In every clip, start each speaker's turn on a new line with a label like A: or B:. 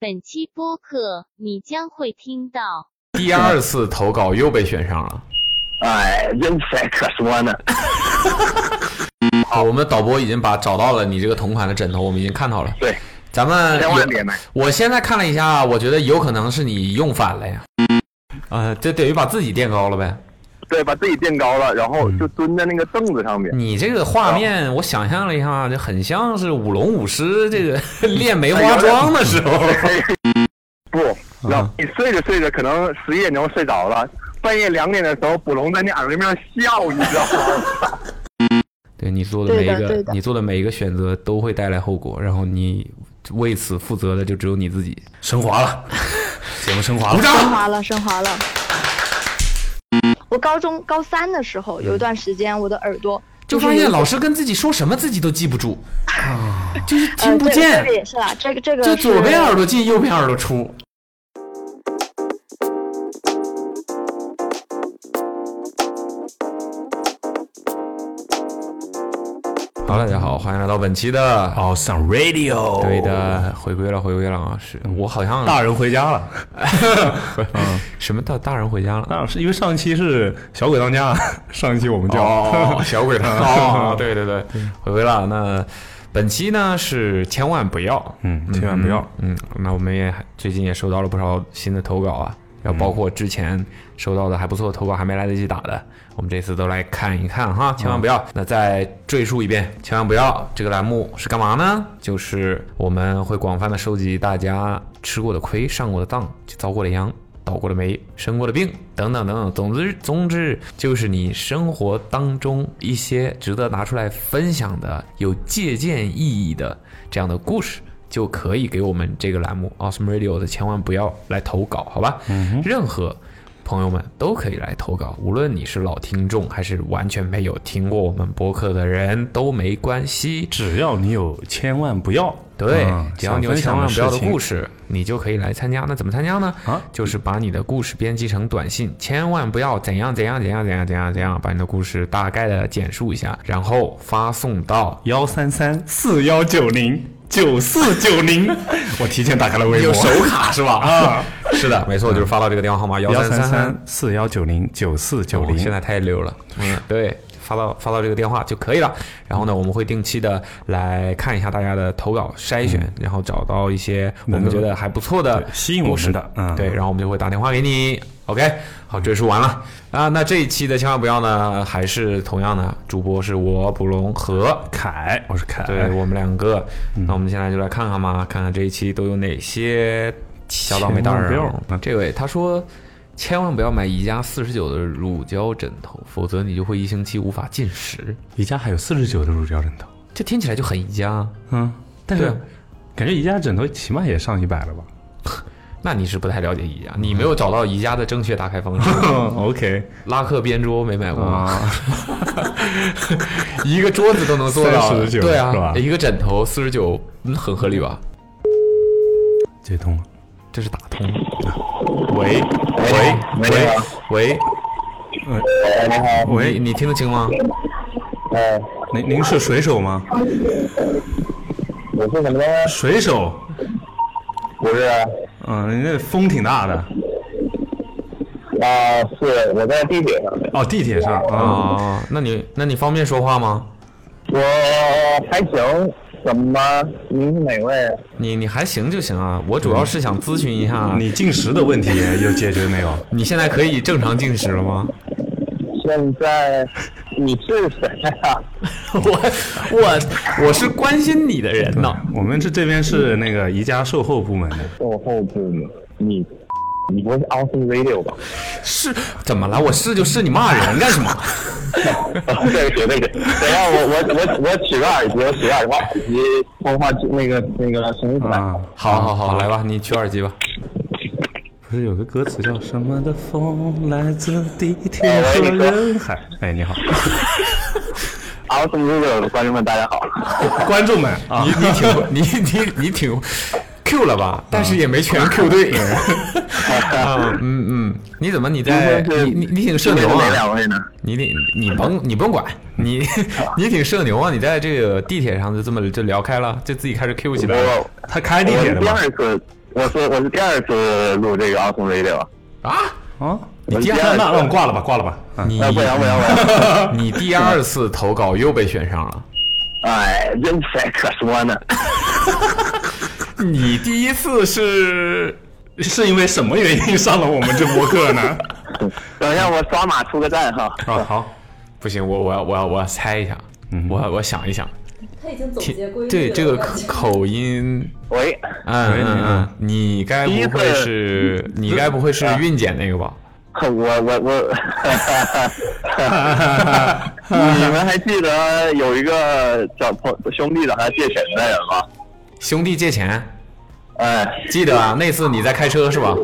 A: 本期播客你将会听到。
B: 第二次投稿又被选上了。
C: 哎，人才可说 呢。
B: 好，我们导播已经把找到了你这个同款的枕头，我们已经看到了。
C: 对，
B: 咱们
C: 千万
B: 有
C: 别 买。
B: 我现在看了一下，我觉得有可能是你用反了呀。
D: 嗯
B: 啊，这等于把自己垫高了呗。
C: 对，把自己垫高了，然后就蹲在那个凳子上面。
B: 你这个画面，我想象了一下，就很像是舞龙舞狮这 个练梅花桩的时
D: 哎
B: 候。
C: 不，
D: 啊
C: 然后你睡着睡着，可能十一点钟睡着了，半夜两点的时候，捕龙在你耳朵面上笑，你知道 吗？
B: 对你做的每一
E: 对的对
B: 个，
E: 的
B: 你做的每一个选择都会带来后果，然后你为此负责的就只有你自己。
D: 升 华了，节目升华
B: 鼓
D: 了。
E: 升
B: 掌！
E: 华了，升华了。我高中高三的时候，有一段时间我的耳朵
B: 就是发现
E: 有
B: 老师跟自己说什么自己都记不住，啊，就是
E: 呃
B: 听不
E: 这个
B: 见
E: 这。个也是啦，这个这个
B: 就是左边耳朵进，右边耳朵出。好了，大家好，欢迎来到本期的。
D: 哦，上 radio，
B: 对，的，回归了，回归了啊！是我好像
D: 大人回家了。
B: 什么大大人回家了？
D: 啊那是因为上一期是小鬼当家，上一期我们叫、
B: 哦， 小鬼了！ 哦，对对对，回归了。那本期呢是千万不要，
D: 嗯千万不要
B: 嗯。嗯，那我们也最近也收到了不少新的投稿啊，然后包括之前收到的还不错的投稿还没来得及打的，我们这次都来看一看哈，千万不要。那再赘述一遍，千万不要这个栏目是干嘛呢？就是我们会广泛的收集大家吃过的亏、上过的当、遭过的殃。倒过的霉、生过的病等等等等，总之总之就是你生活当中一些值得拿出来分享的、有借鉴意义的这样的故事，就可以给我们这个栏目 Awesome Radio 的千万不要来投稿，好吧？嗯、任何朋友们都可以来投稿，无论你是老听众还是完全没有听过我们播客的人都没关系，
D: 只要你有千万不要，
B: 对
D: 嗯，
B: 只要你有
D: 想
B: 千
D: 分享
B: 万不要的
D: 事情
B: 故事，你就可以来参加。那怎么参加呢？
D: 啊
B: 就是把你的故事编辑成短信，千万不要怎样怎样怎样怎样怎样怎样，把你的故事大概的简述一下，然后发送到。
D: 幺三三四幺九零九四九 零，我提前打开了微博。
B: 卡是吧？
D: 啊，
B: 是的，没错，就是发到这个电话号 码幺
D: 幺
B: 三
D: 三三四幺九零九四九
B: 哦
D: 零，
B: 现在太溜了。嗯，对，发到发到这个电话就可以了。然后呢，我
D: 嗯
B: 们会定期的来看一下大家的投稿筛选，然后找到一些我们
D: 能
B: 觉得还不错的
D: 嗯对吸引我
B: 故事
D: 们的嗯
B: 对，然后我们就会打电话给你。OK，好，赘述完了啊。那这一期的千万不要呢，还是同样的，主播是我捕龙和
D: 凯，我是凯，
B: 对我们两个。
D: 嗯
B: 那我们现在就来看看嘛，看看这一期都有哪些小倒霉蛋儿
D: 千万
B: 啊
D: 不要。
B: 这位他说，千万不要买宜家四十九的乳胶枕头，否则你就会一星期无法进食。
D: 宜家还有四十九的乳胶枕头，
B: 这听起来就很宜家啊。
D: 嗯，但
B: 对
D: 是
B: 啊
D: 感觉宜家枕头起码也上一百了吧
B: 那你是不太了解宜
D: 嗯
B: 家，你没有找到宜家的正确打 开方式。
D: ？OK，
B: 拉克边桌没买过吗？
D: 啊，
B: 一个桌子都能做到，
D: 49
B: 对
D: 是吧
B: 啊，一个枕头四十九，嗯很合理吧？
D: 接通了，
B: 这是打通了。
D: 喂
B: 喂
C: 没有
B: 喂
C: 啊
B: 喂
C: 哎，你好，
B: 喂，你听得清吗？
C: 哎，
D: 您您是水手吗？
C: 我是什么呢？
D: 水手，
C: 我是啊，
D: 嗯，您那风挺大的，
C: 呃是我在地铁上面，
D: 哦，地铁上啊，
B: 哦，那你那你方便说话吗？
C: 我还行。怎么了？您是哪位？
B: 你你还行就行啊，我主要是想咨询一下，你
D: 你进食的问题有解决没有？
B: 你现在可以正常进食了吗？
C: 现在你是谁啊？
B: 我我我是关心你的人呢。
D: 我们这这边是那个宜家售后部门的，
C: 售后部门，你你不是 Awesome Radio 吧？
B: 是怎么了？我是就是你骂人干什 么？
C: 对对对对，等一下我我我我取个耳机，我取个耳机，把耳机通话那个那个声音出来。
D: 啊，
B: 好好好，来吧，你取耳机吧。
D: 不是有个歌词叫什么的风来自地铁
C: 哎
D: 和
C: 我跟你说
D: 人海？哎，你好，
C: Awesome Radio 的观众们，大家好。
D: 观众们啊
B: 你，你 挺你你你挺 Q 了吧？但是也没全啊 Q 对。 啊嗯嗯，你怎么你在
C: 今天是
B: 你你你挺社
C: 今天
B: 牛
C: 是哪
B: 啊？
C: 两位呢？
B: 你你你甭你甭管 你你挺社牛啊！你在这个地铁上就这么就聊开了，就自己开始 Q 起来了。
C: 我
D: 他开地
B: 哎
C: 我
D: 铁
C: 是
B: 啊
D: 的
C: 第
D: 吗？
C: 二次，我是我是第二次录这个 Awesome Radio，
B: 啊！
D: 啊，
C: 我
D: 你
C: 是
D: 第
C: 第
D: 二
C: 二次
D: 那那我们挂了吧，挂了吧。嗯
B: 你
C: 哎，不行不行不行。
B: 你第二次投稿又被选上了。
C: 哎，人才可说呢。
B: 你第一次 是
D: 是因为什么原因上了我们这播客呢？
C: 等一下，我扫码出个站哈。
D: 啊，好，
B: 不行，我我要我要我要猜一下，
C: 嗯
B: 我我想一想，
F: 他已经总结规律了。
B: 对这
F: 我
B: 个
F: 感
B: 口
F: 觉
B: 口 音，
C: 喂，
B: 嗯嗯嗯，你该
C: 第一
B: 不会
C: 次 啊
B: 是你该不会是孕检那个吧？
C: 我我我，你们还记得有一个找朋兄弟找他借钱的人吗？
B: 兄弟借钱，
C: 哎，
B: 记得啊，那次你在开车是吧？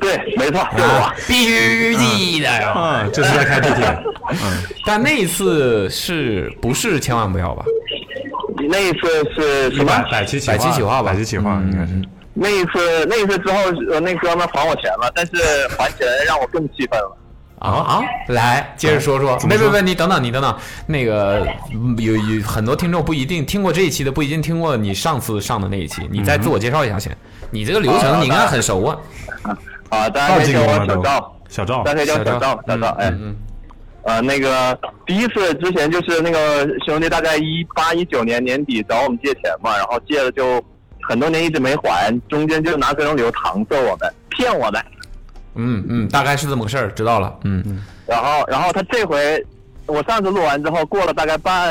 C: 对，没错，就是我。
B: 必须记得呀！
D: 啊，这是在开地铁。
B: 嗯但那一次是不是千万不要吧？
C: 那一次是什么？
D: 百百期企划，
B: 百期企划吧
D: 百期企划
C: 嗯
D: 应该是。
C: 那一次，那一次之后，呃那哥们还我钱了，但是还钱让我更气愤了。
B: 啊啊！来，接着说说。
D: 么
B: 别别
D: 说
B: 别，你等等，你等等。那个嗯有有很多听众不一定听过这一期的，不一定听过你上次上的那一期。你再自我介绍一下先。你这个流程你应该很熟啊。
C: 啊，大家
D: 到
C: 可以
D: 进
C: 叫
D: 攻
C: 我
D: 了
C: 小
D: 都
C: 赵，。
D: 小赵，
C: 大家可以叫小赵，小赵，哎。
B: 嗯
C: 呃，那个第一次之前就是那个兄弟，大概一八一九年年底找我们借钱嘛，然后借了就很多年一直没还，中间就拿各种理由搪塞我们，骗我们。
B: 嗯嗯，大概是这么个事儿，知道了。嗯
C: 然后，然后他这回，我上次录完之后，过了大概半，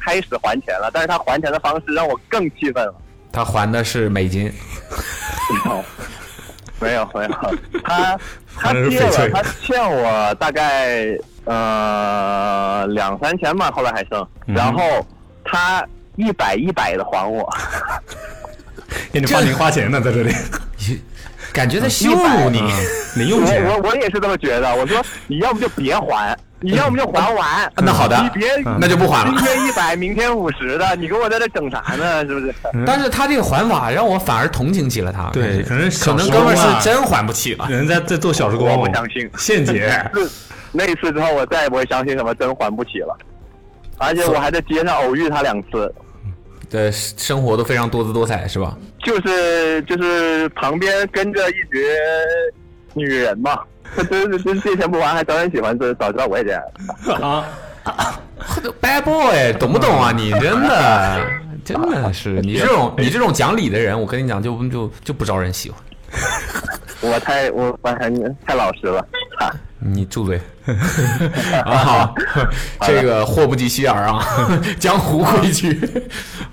C: 开始还钱了，但是他还钱的方式让我更气愤了。
B: 他还的是美金。
C: 没有没有， 他他
D: 反正是
C: 借
D: 翡
C: 了，
D: 翠
C: 他欠我大概呃两三千吧，后来还剩，
B: 嗯
C: 然后他一百一百的 还我，
D: 给你发零花钱呢，在 这里，
B: 感觉在啊羞辱你，
D: 零
C: 我
D: 用钱。
C: 我我也是这么觉得，我说你要不就别还，你要不就还完，
B: 嗯那好的
C: 你别
B: 那就不还
C: 今
B: 了。
C: 天一百，明天五十的，你给我在这整啥呢？是不是？
B: 但是他这个还法让我反而同情起了他。
D: 对可能
B: 嗯可能
D: 小时
B: 哥
D: 候
B: 们儿
D: 啊
B: 是真还不起了。
D: 人家在做小时哦工，
C: 我不相信
D: 陷阱。
C: 是那一次之后，我再也不会相信什么真还不起了，而且我还在街上偶遇他两次，
B: 的生活都非常多姿多彩，是吧？
C: 就是就是旁边跟着一群女人嘛，他真是真借钱不还，还招人喜欢，这早知道我也这样。
B: bad boy，懂不懂啊？你真 的，真的是你这种你这种讲理的人，我跟你讲就就就不招人喜欢。
C: 我太我我还太老实了，啊
B: 嗯你住嘴！ 啊， 好这个祸不及妻儿 啊，江湖规矩。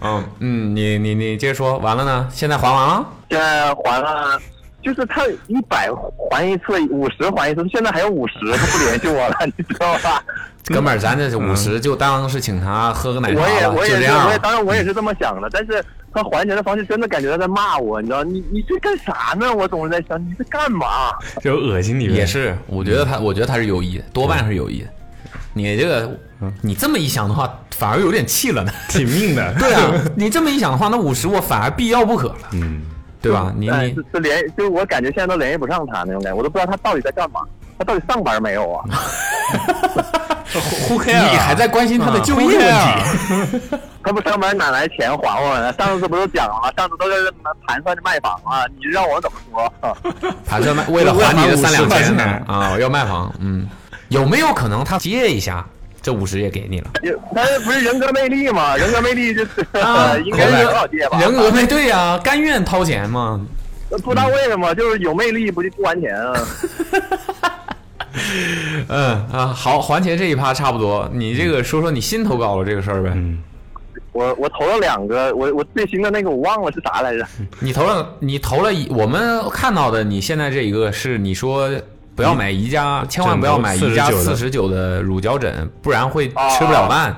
B: 嗯嗯，你你你接着说，完了呢？现在还完了？
C: 现在还了。就是他一百还一次，五十还一次，现在还有五十，他不联系我了，你知道吧？
B: 哥们儿，咱这五十就当是请他喝个奶
C: 我也
B: 茶
C: 我
B: 了，
C: 也
B: 就是这
C: 我也
B: 样。
C: 当然我也是这么想的，但是他还钱的方式真的感觉他在骂我，你知道？你你这干啥呢？我总是在想你这干嘛？
D: 就恶心你呗
B: 也，是，嗯我觉得他，我觉得他是有意的，多半是有意的。你这个，你这么一想的话，反而有点气了呢。
D: 挺命的。
B: 对啊， 你这么一想的话，那五十我反而必要不可了，
D: 嗯，
B: 对吧？你
C: 哎，
B: 你
C: 就就联，就我感觉现在都联系不上他那种感觉，我都不知道他到底在干嘛，他到底上班没有啊？
D: ，Who
B: 你
D: care？啊
B: 还在关心他的就嗯业问啊题？
C: 他不上班哪来钱还我呢？上次不都讲了吗？上次都在盘算着卖房啊，你让我怎么说？
B: 他这卖为了还你的三两千呢
D: 50
B: 啊，要卖房，嗯，有没有可能他借一下？这五十也给你了，
C: 也他不是人格魅力吗？人格魅力就是、呃 应该是
B: 人
C: 很好借吧？
B: 啊人格没对呀，甘愿掏钱嘛。
C: 不知道为什么就是有魅力不就不还钱啊？
B: 嗯啊，好，还钱这一趴差不多。你这个说说你新投稿了这个事儿呗？
D: 嗯，
C: 我我投了两个，我我最新的那个我忘了是啥来着。
B: 你投了，你投了一，我们看到的你现在这一个是你说不要买宜家，千万不要买宜家
D: 49
B: 四
D: 的
B: 十九的乳胶枕，不然会吃不了饭。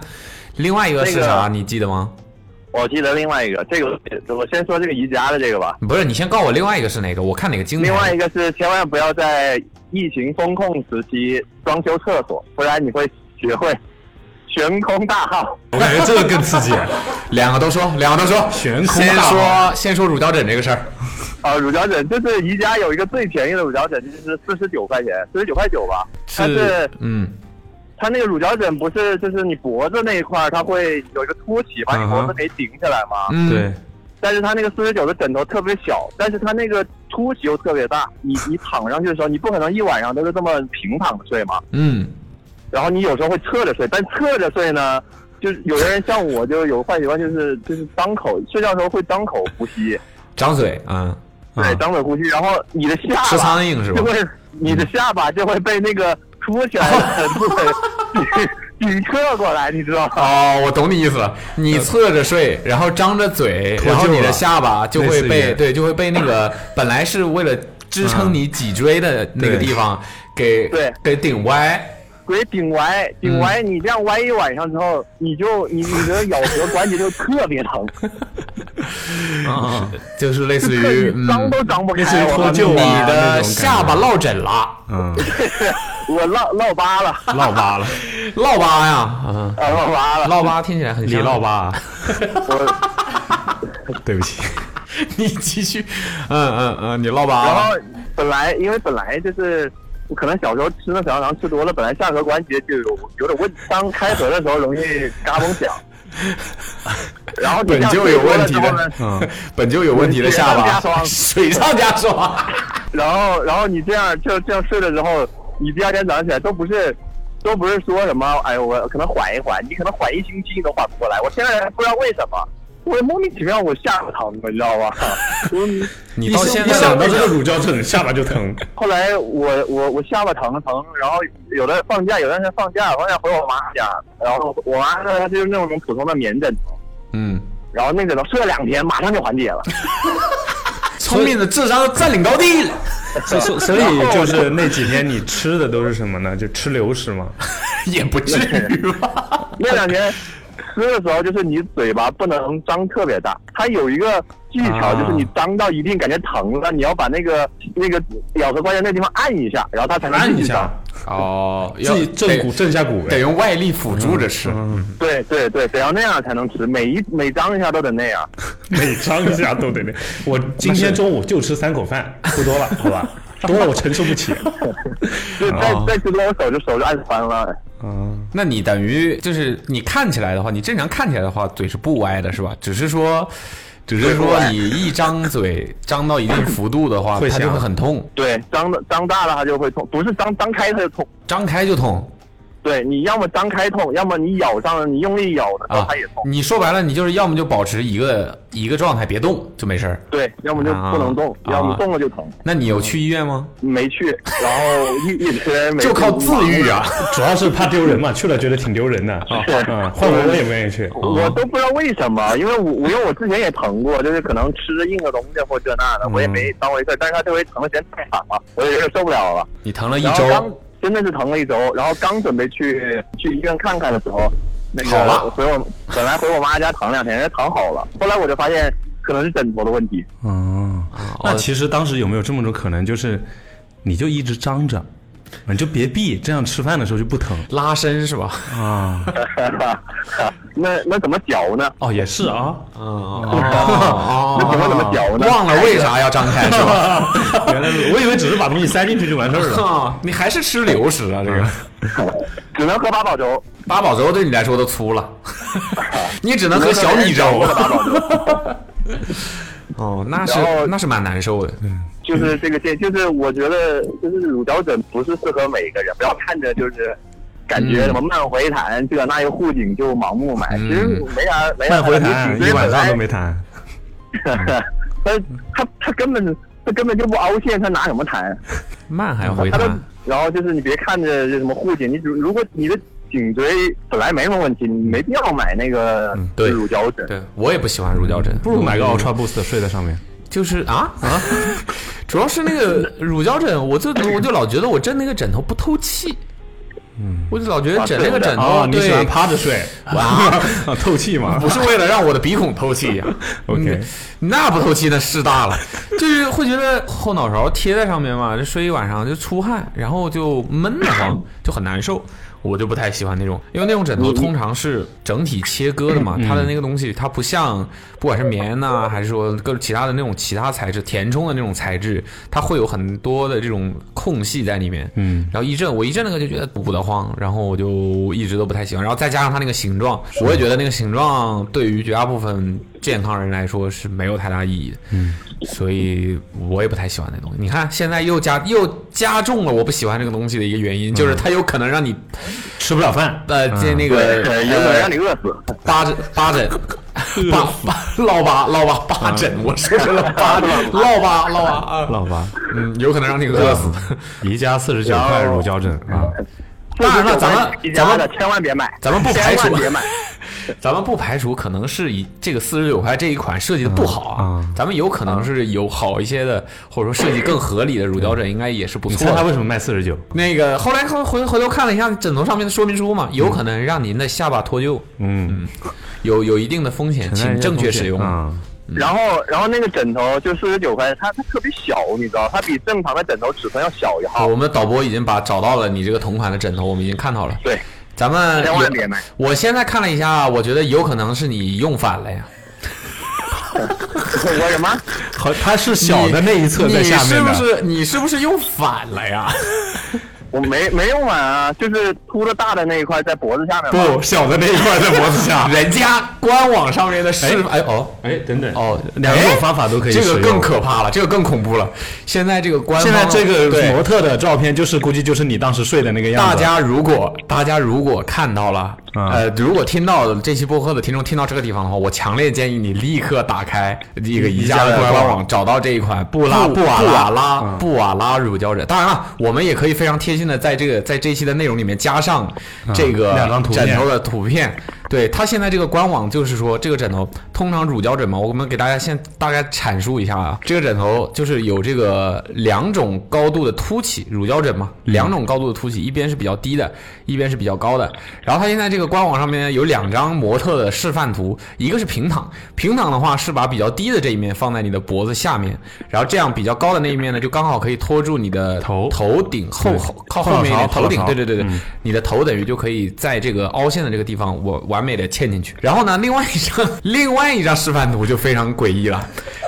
B: 另外一个是
C: 那
B: 啥？
C: 个
B: 你记得吗？
C: 我记得另外一个，这个我先说这个宜家的这个吧。
B: 不是，你先告诉我另外一个是哪个，我看哪个精彩。
C: 另外一个是千万不要在疫情风控时期装修厕所，不然你会学会悬空大号。
D: 我感觉这个更刺激。
B: 两个都说，两个都说，
D: 悬空
B: 先
D: 大
B: 说
D: 王
B: 先说乳胶枕这个事儿，
C: 啊，乳胶枕就是宜家有一个最便宜的乳胶枕，就是四十九块钱，四十九块九吧。但是
B: 嗯，
C: 它那个乳胶枕不是就是你脖子那一块儿，它会有一个凸起，把你脖子给顶起来吗？
B: 嗯，
D: 对，
C: 但是它那个四十九的枕头特别小，但是它那个凸起又特别大。你你躺上去的时候，你不可能一晚上都是这么平躺着睡嘛。
B: 嗯，
C: 然后你有时候会侧着睡，但侧着睡呢，就是有的人像我就有个坏习惯，就是就是张口睡觉的时候会张口呼吸，
B: 张嘴啊，啊
C: 对，张口呼吸，然后你的下
B: 吃
C: 巴
B: 苍蝇是吧
C: 就？会，你的下巴就会被那个凸起来的部分 抵抵侧过来，你知道吗？
B: 哦，我懂你意思了。你侧着睡，然后张着嘴，
D: 呃脱臼
B: 然后你的
D: 了
B: 下巴就
D: 类
B: 会
D: 似于
B: 被对，就会被那 个本来是为了支撑你脊椎的那个
D: 嗯对
B: 地方给
C: 对
B: 给顶歪。
C: 鬼顶歪，顶歪，
B: 嗯
C: 你这样歪一晚上之后，你就你你的咬合关节就特别疼，
D: 嗯
B: 啊，就是类似于
C: 你张
B: 嗯，
C: 都张不开
D: 类似于，
C: 我
D: 脱
C: 告诉
D: 臼
B: 你
D: 啊那种感
B: 的
D: 觉
B: 下巴落枕了，
D: 嗯，
C: 你我落落疤 了，啊
D: 落疤了，
B: 落疤呀，嗯
C: 落疤了，
B: 落疤听起来很
D: 你
B: 像
D: 落。疤啊，
C: 我。
D: 对不起，
B: 你继续，嗯嗯嗯，你落疤
C: 然
B: 了
C: 后本来因为本来就是我可能小时候吃那小羊肠吃多了，本来下颌关节就有有点问题，当开合的时候容易嘎嘣 响。然后你
B: 本
C: 这样
B: 就有
C: 吃多了
B: 问题
C: 之后
B: 的
C: 呢，
D: 嗯，
B: 本就有问题的下巴，水
C: 水
B: 上加霜，
C: 然后然后你这样就这样睡了之后，你第二天早上起来都不是。都不是说什么，哎，我可能缓一缓，你可能缓一星期你都缓不过来。我现在还不知道为什么，我莫名其妙我下巴疼，你知道 吧？我
B: 你到现
D: 一
B: 在
D: 想到这个乳胶枕，下巴就疼。
C: 后来我我我下巴疼疼，然后有的放假，有段时间放假，放假回我妈家，然后
D: 哦
C: 我妈呢她就是那种普通的棉枕头，
B: 嗯，
C: 然后那枕头睡了两天，马上就缓解 了。
B: 聪明的智商占领高地了，哦
D: 所所所以 就是那几天你吃的都是什么呢？就吃流食嘛。
B: 也不至于吧？
C: 那两天吃的时候，就是你嘴巴不能张特别大，它有一个技巧，
B: 啊
C: 就是你张到一定感觉疼了，你要把那个那个咬合关节那地方按一下，然后它才能
D: 按
C: 继
D: 一
C: 续
D: 下
C: 张。，
B: 哦，
D: 自己正骨正下骨
B: 得
D: 呗。
B: 用外力辅助着吃，
D: 嗯，
C: 对对对，得要那样才能吃，每一每张一下都得那样。
D: 每张一下都得那。我今天中午就吃三口饭，不多了，好吧？多了我承受不起。
C: 就再
B: 哦
C: 再吃多，我手就手就按酸了。
D: 嗯，
B: 那你等于就是你看起来的话，你正常看起来的话，嘴是不歪的，是吧？只是说，只是说你一张嘴张到一定幅度的话，
D: 会
B: 它
D: 响
B: 就会很痛，
C: 对，张的张大了它就会痛，不是张张开它就痛。
B: 张开就痛
C: 对你要么张开痛，要么你咬上了，你用力咬的时候
B: 啊
C: 哦它也痛。！
B: 你说白了，你就是要么就保持一个一个状态，别动就没事儿。
C: 对，要么就不能动，
B: 啊
C: 要么动了就疼。
B: 那你有去医院吗？
C: 没去，然后一一直没 去
B: 就靠自愈 啊！
D: 主要是怕丢人嘛，去了觉得挺丢人的。啊，嗯换我我也不愿意去。
B: 啊
C: 我都不知道为什么，因为我我因为我之前也疼过，就是可能吃硬的东西或这那的，
B: 嗯
C: 我也没当回事儿。但是他这回疼的时间太长了，我也有点受不了了。
B: 你疼了一
C: 然后刚
B: 周，
C: 真的是疼了一周，然后刚准备去去医院看看的时候，那个
B: 好了
C: 回我本来回我妈家躺两天，人家躺好了，后来我就发现可能是枕头的问题。
D: 哦，那其实当时有没有这么种可能，就是你就一直张着，你就别闭，这样吃饭的时候就不疼
B: 拉伸是吧？
D: 啊？
C: 那那怎么嚼呢？
D: 哦，也是啊，
B: 嗯 哦
C: 那怎么怎么嚼呢？
B: 忘了为啥要张开是吧？
D: 原来是我以为只是把东西塞进去就完事 儿了。
B: 啊，你还是吃流食啊？这个
C: 只能喝八宝粥，
B: 八宝粥对你来说都粗了， 你只能喝小米粥。
C: 八宝粥。
B: 哦，那是
C: 然后
B: 那是蛮难受的。
C: 就是这个
D: 嗯
C: 建，就是我觉得就是乳胶枕不是适合每一个人，不要看着就是感觉
D: 嗯
C: 什么慢回弹这那又护颈就盲目买，
B: 嗯
C: 其实没啥没啥
D: 慢回
C: 感
D: 弹
C: 觉
D: 一晚上都。
C: 颈
D: 没弹，
C: 椎 本来它它它根本它根本就不凹陷，它拿什么弹？
B: 慢还回
C: 它都
B: 弹，
C: 然后就是你别看着这什么护颈，你如如果你的颈椎本来没什么问题，你没必要买那个
B: 嗯对
C: 乳胶枕。
B: 对我也不喜欢乳胶枕，
D: 不如买个 Ultra Boost 睡在上面。
B: 就是啊啊， 主要是那个乳胶枕，我就我就老觉得我枕那个枕头不透气，嗯，我就老觉得枕那个枕头
D: 哦，你喜欢
B: 对。
D: 趴着睡，
B: 哇，
D: 啊透气 嘛
B: 不是为了让我的鼻孔透气 呀、嗯
D: ？OK，
B: 那不透气那事大了， 就是会觉得后脑勺贴在上面嘛，这睡一晚上就出汗，然后就闷得慌，就很难受。我就不太喜欢那种，因为那种枕头通常是整体切割的嘛，它的那个东西它不像，不管是棉呐、还是说各种其他的那种其他材质，填充的那种材质，它会有很多的这种空隙在里面。
D: 嗯，
B: 然后一震，我一震那个就觉得堵得慌，然后我就一直都不太喜欢。然后再加上它那个形状，我也觉得那个形状对于绝大部分健康人来说是没有太大意义的。嗯，所以我也不太喜欢那东西。你看，现在又加又加重了我不喜欢这个东西的一个原因，
D: 嗯
B: 就是它有可能让你
D: 吃不了饭，
B: 呃，这那个
D: 嗯
C: 对，有可能
B: 呃
C: 让你饿死。
B: 八枕八 枕。八八烙吧烙吧八枕，
D: 嗯
B: 我说成了八枕烙吧烙吧啊，
D: 老吧，
B: 嗯，有可能让你饿死。
D: 嗯宜家四十九块乳胶枕啊，
B: 当然了，咱
C: 宜
B: 们咱
C: 家的
B: 们
C: 千万别买，
B: 咱们不排除
C: 千万别买。
B: 咱们不排除可能是以这个四十九块这一款设计的不好啊，
D: 嗯嗯
B: 咱们有可能是有好一些的，或者说设计更合理的乳胶枕，应该也是不
D: 你
B: 错
D: 猜它
B: 的。
D: 为什么卖四十九？
B: 那个后来后回回头看了一下枕头上面的说明书嘛，有可能让您的下巴脱臼，
D: 嗯，
B: 有有一定的风险，嗯请正确使用。
D: 啊。
B: 嗯
C: 然后，然后那个枕头就四十九块钱，它它特别小，你知道，它比正常的枕头尺寸要小一
B: 好，
C: 号。
B: 我们导播已经把找到了你这个同款的枕头，我们已经看到了。
C: 对，
B: 咱们
C: 千万
B: 有
C: 别买
B: 我现在看了一下，我觉得有可能是你用反了呀。
C: 我 什么？
D: 好，它是小的那一侧在下面
B: 你是不
D: 的，
B: 是你是不是用反了呀？。
C: 我没没用完啊，就是凸的大的那一块在脖子下面嘛。
D: 不，小的那一块在脖子下
B: 人家官网上面的示
D: 哎
B: 哎哦。
D: 哎，等等，
B: 哦，
D: 两种方法都可以
B: 这
D: 使
B: 个
D: 用
B: 更可怕了，这个更恐怖了。现在这个官方，
D: 现在这个
B: 对，
D: 模特的照片就是估计就是你当时睡的那个样
B: 大
D: 子。
B: 家如果大家如果看到了，
D: 嗯
B: 呃，如果听到这期播客的听众听到这个地方的话，我强烈建议你立刻打开这个宜家
D: 宜家
B: 的
D: 的
B: 官
D: 官
B: 网，找到这一款布
D: 拉
B: 布
D: 布瓦
B: 瓦
D: 拉嗯
B: 拉布瓦拉乳胶枕。当然了，我们也可以非常贴心的在这个在这一期的内容里面加上这个
D: 嗯两张图片
B: 枕头的图片。对它现在这个官网就是说，这个枕头通常乳胶枕嘛，我们给大家先大概阐述一下啊。这个枕头就是有这个两种高度的凸起，乳胶枕嘛，两种高度的凸起，一边是比较低的，一边是比较高的。然后它现在这个官网上面有两张模特的示范图，一个是平躺，平躺的话是把比较低的这一面放在你的脖子下面，然后这样比较高的那一面呢，就刚好可以托住你的
D: 头
B: 头顶后
D: 对
B: 后靠后面一点，
D: 后脑勺
B: 头顶，嗯
D: 后脑勺
B: 对对对对，你的头等于就可以在这个凹陷的这个地方，我完美的嵌进去。然后呢，另外一张 另外一张示范图就非常诡异了，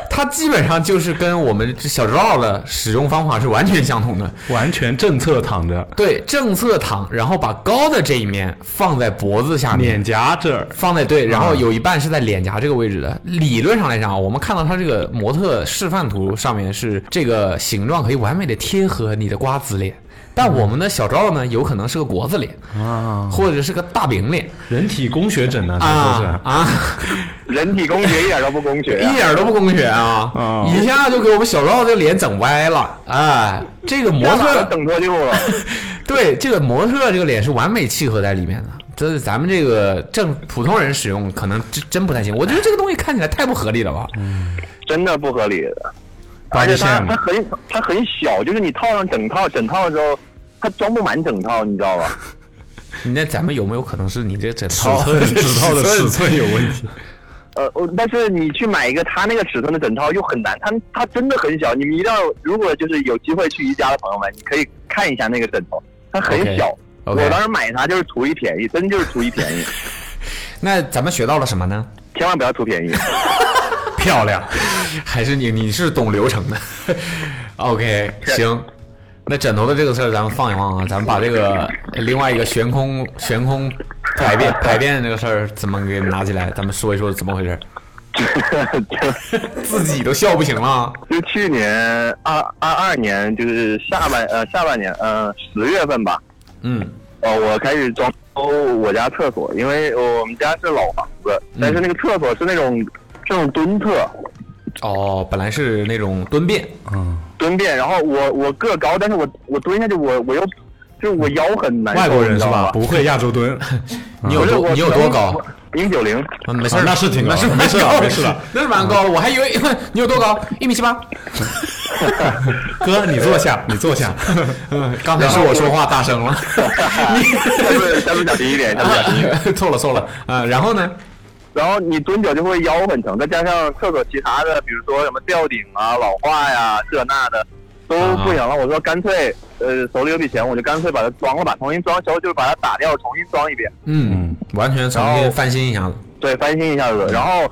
B: 它基本上就是跟我们小周二的使用方法是完全相同的。
D: 完全正侧躺着，
B: 对，正侧躺，然后把高的这一面放在脖子下面
D: 脸，颊这儿
B: 放在对，然后有一半是在脸颊这个位置的。理论上来讲啊，我们看到它这个模特示范图上面是这个形状可以完美的贴合你的瓜子脸，但我们的小赵呢，有可能是个国字脸
D: 啊，
B: 或者是个大饼脸
D: 人体工学枕呢，这都是
B: 啊。啊，
C: 人体工学一点都不工学啊
B: 一点都不公学啊
D: 啊，
B: 一下就给我们小赵这脸整歪了。哎，这个模
C: 下哪
B: 特
C: 儿都整脱臼了。
B: 对，这个模特这个脸是完美契合在里面的。这是咱们这个正普通人使用可能真真不太行，我觉得这个东西看起来太不合理了吧？
C: 真的不合理的。而
D: 八
C: 且
D: 极
C: 它
D: 线
C: 它很它很小，就是你套上整套整套的时候，它装不满整套，你知道吧？
B: 那咱们有没有可能是你这枕
D: 指
B: 套？
D: 寸 指套的尺寸有问题，
C: 呃，我但是你去买一个它那个尺寸的整套又很难，它它真的很小。你们一定要，如果就是有机会去宜家的朋友们，你可以看一下那个枕头，它很
B: OK，
C: 小。
B: OK
C: 我当时买它就是图一便宜，真就是图一便宜，
B: 那咱们学到了什么呢？
C: 千万不要图便宜。
D: 漂亮。
B: 还是你你是懂流程的 ？OK，行。那枕头的这个事儿咱们放一放啊，咱们把这个另外一个悬空悬空排 便排便这个事儿怎么给拿起来，咱们说一说怎么回事儿。
C: 就
B: 自己都笑不行了。
C: 就去年二二二年，就是下半呃下半年呃十月份吧，
B: 嗯
C: 呃，我开始装修我家厕所，因为我们家是老房子，但
D: 嗯
C: 是那个厕所是那种这种蹲厕
B: 哦，本来是那种蹲便，
D: 嗯，
C: 蹲便，然后我我个高，但是我我蹲下去我我又就是我腰很难受，
D: 外国人
C: 你
D: 是
C: 知道
D: 吧？
C: 吧？
D: 不会亚洲蹲，
B: 你有
C: 不是
B: 多
C: 我
B: 你有多高？？
C: 一米九零，
B: 啊没事儿，
D: 啊那是挺高
B: 那
D: 的
B: 是
D: 没事儿
B: 蛮
D: 啊
B: 高的
D: 没事儿，
B: 啊那是蛮高的。我还以为你有多高，一米七八。
D: 哥，你坐下，你坐 下。
B: 嗯刚才是我说话大声了，
C: 下面下面小心一点，下 面小心一点。
B: 错了错了啊。然后呢？
C: 然后你蹲久就会腰很疼，再加上厕所其他的，比如说什么吊顶啊、老化呀、这那的，都
D: 啊
C: 不行了。我说干脆，呃，手里有笔钱，我就干脆把它装了吧，重新装修，就是把它打掉，重新装一遍，
B: 嗯，完全重
C: 然
B: 新
C: 后
B: 翻新一下子。
C: 对，翻新一下子。然后，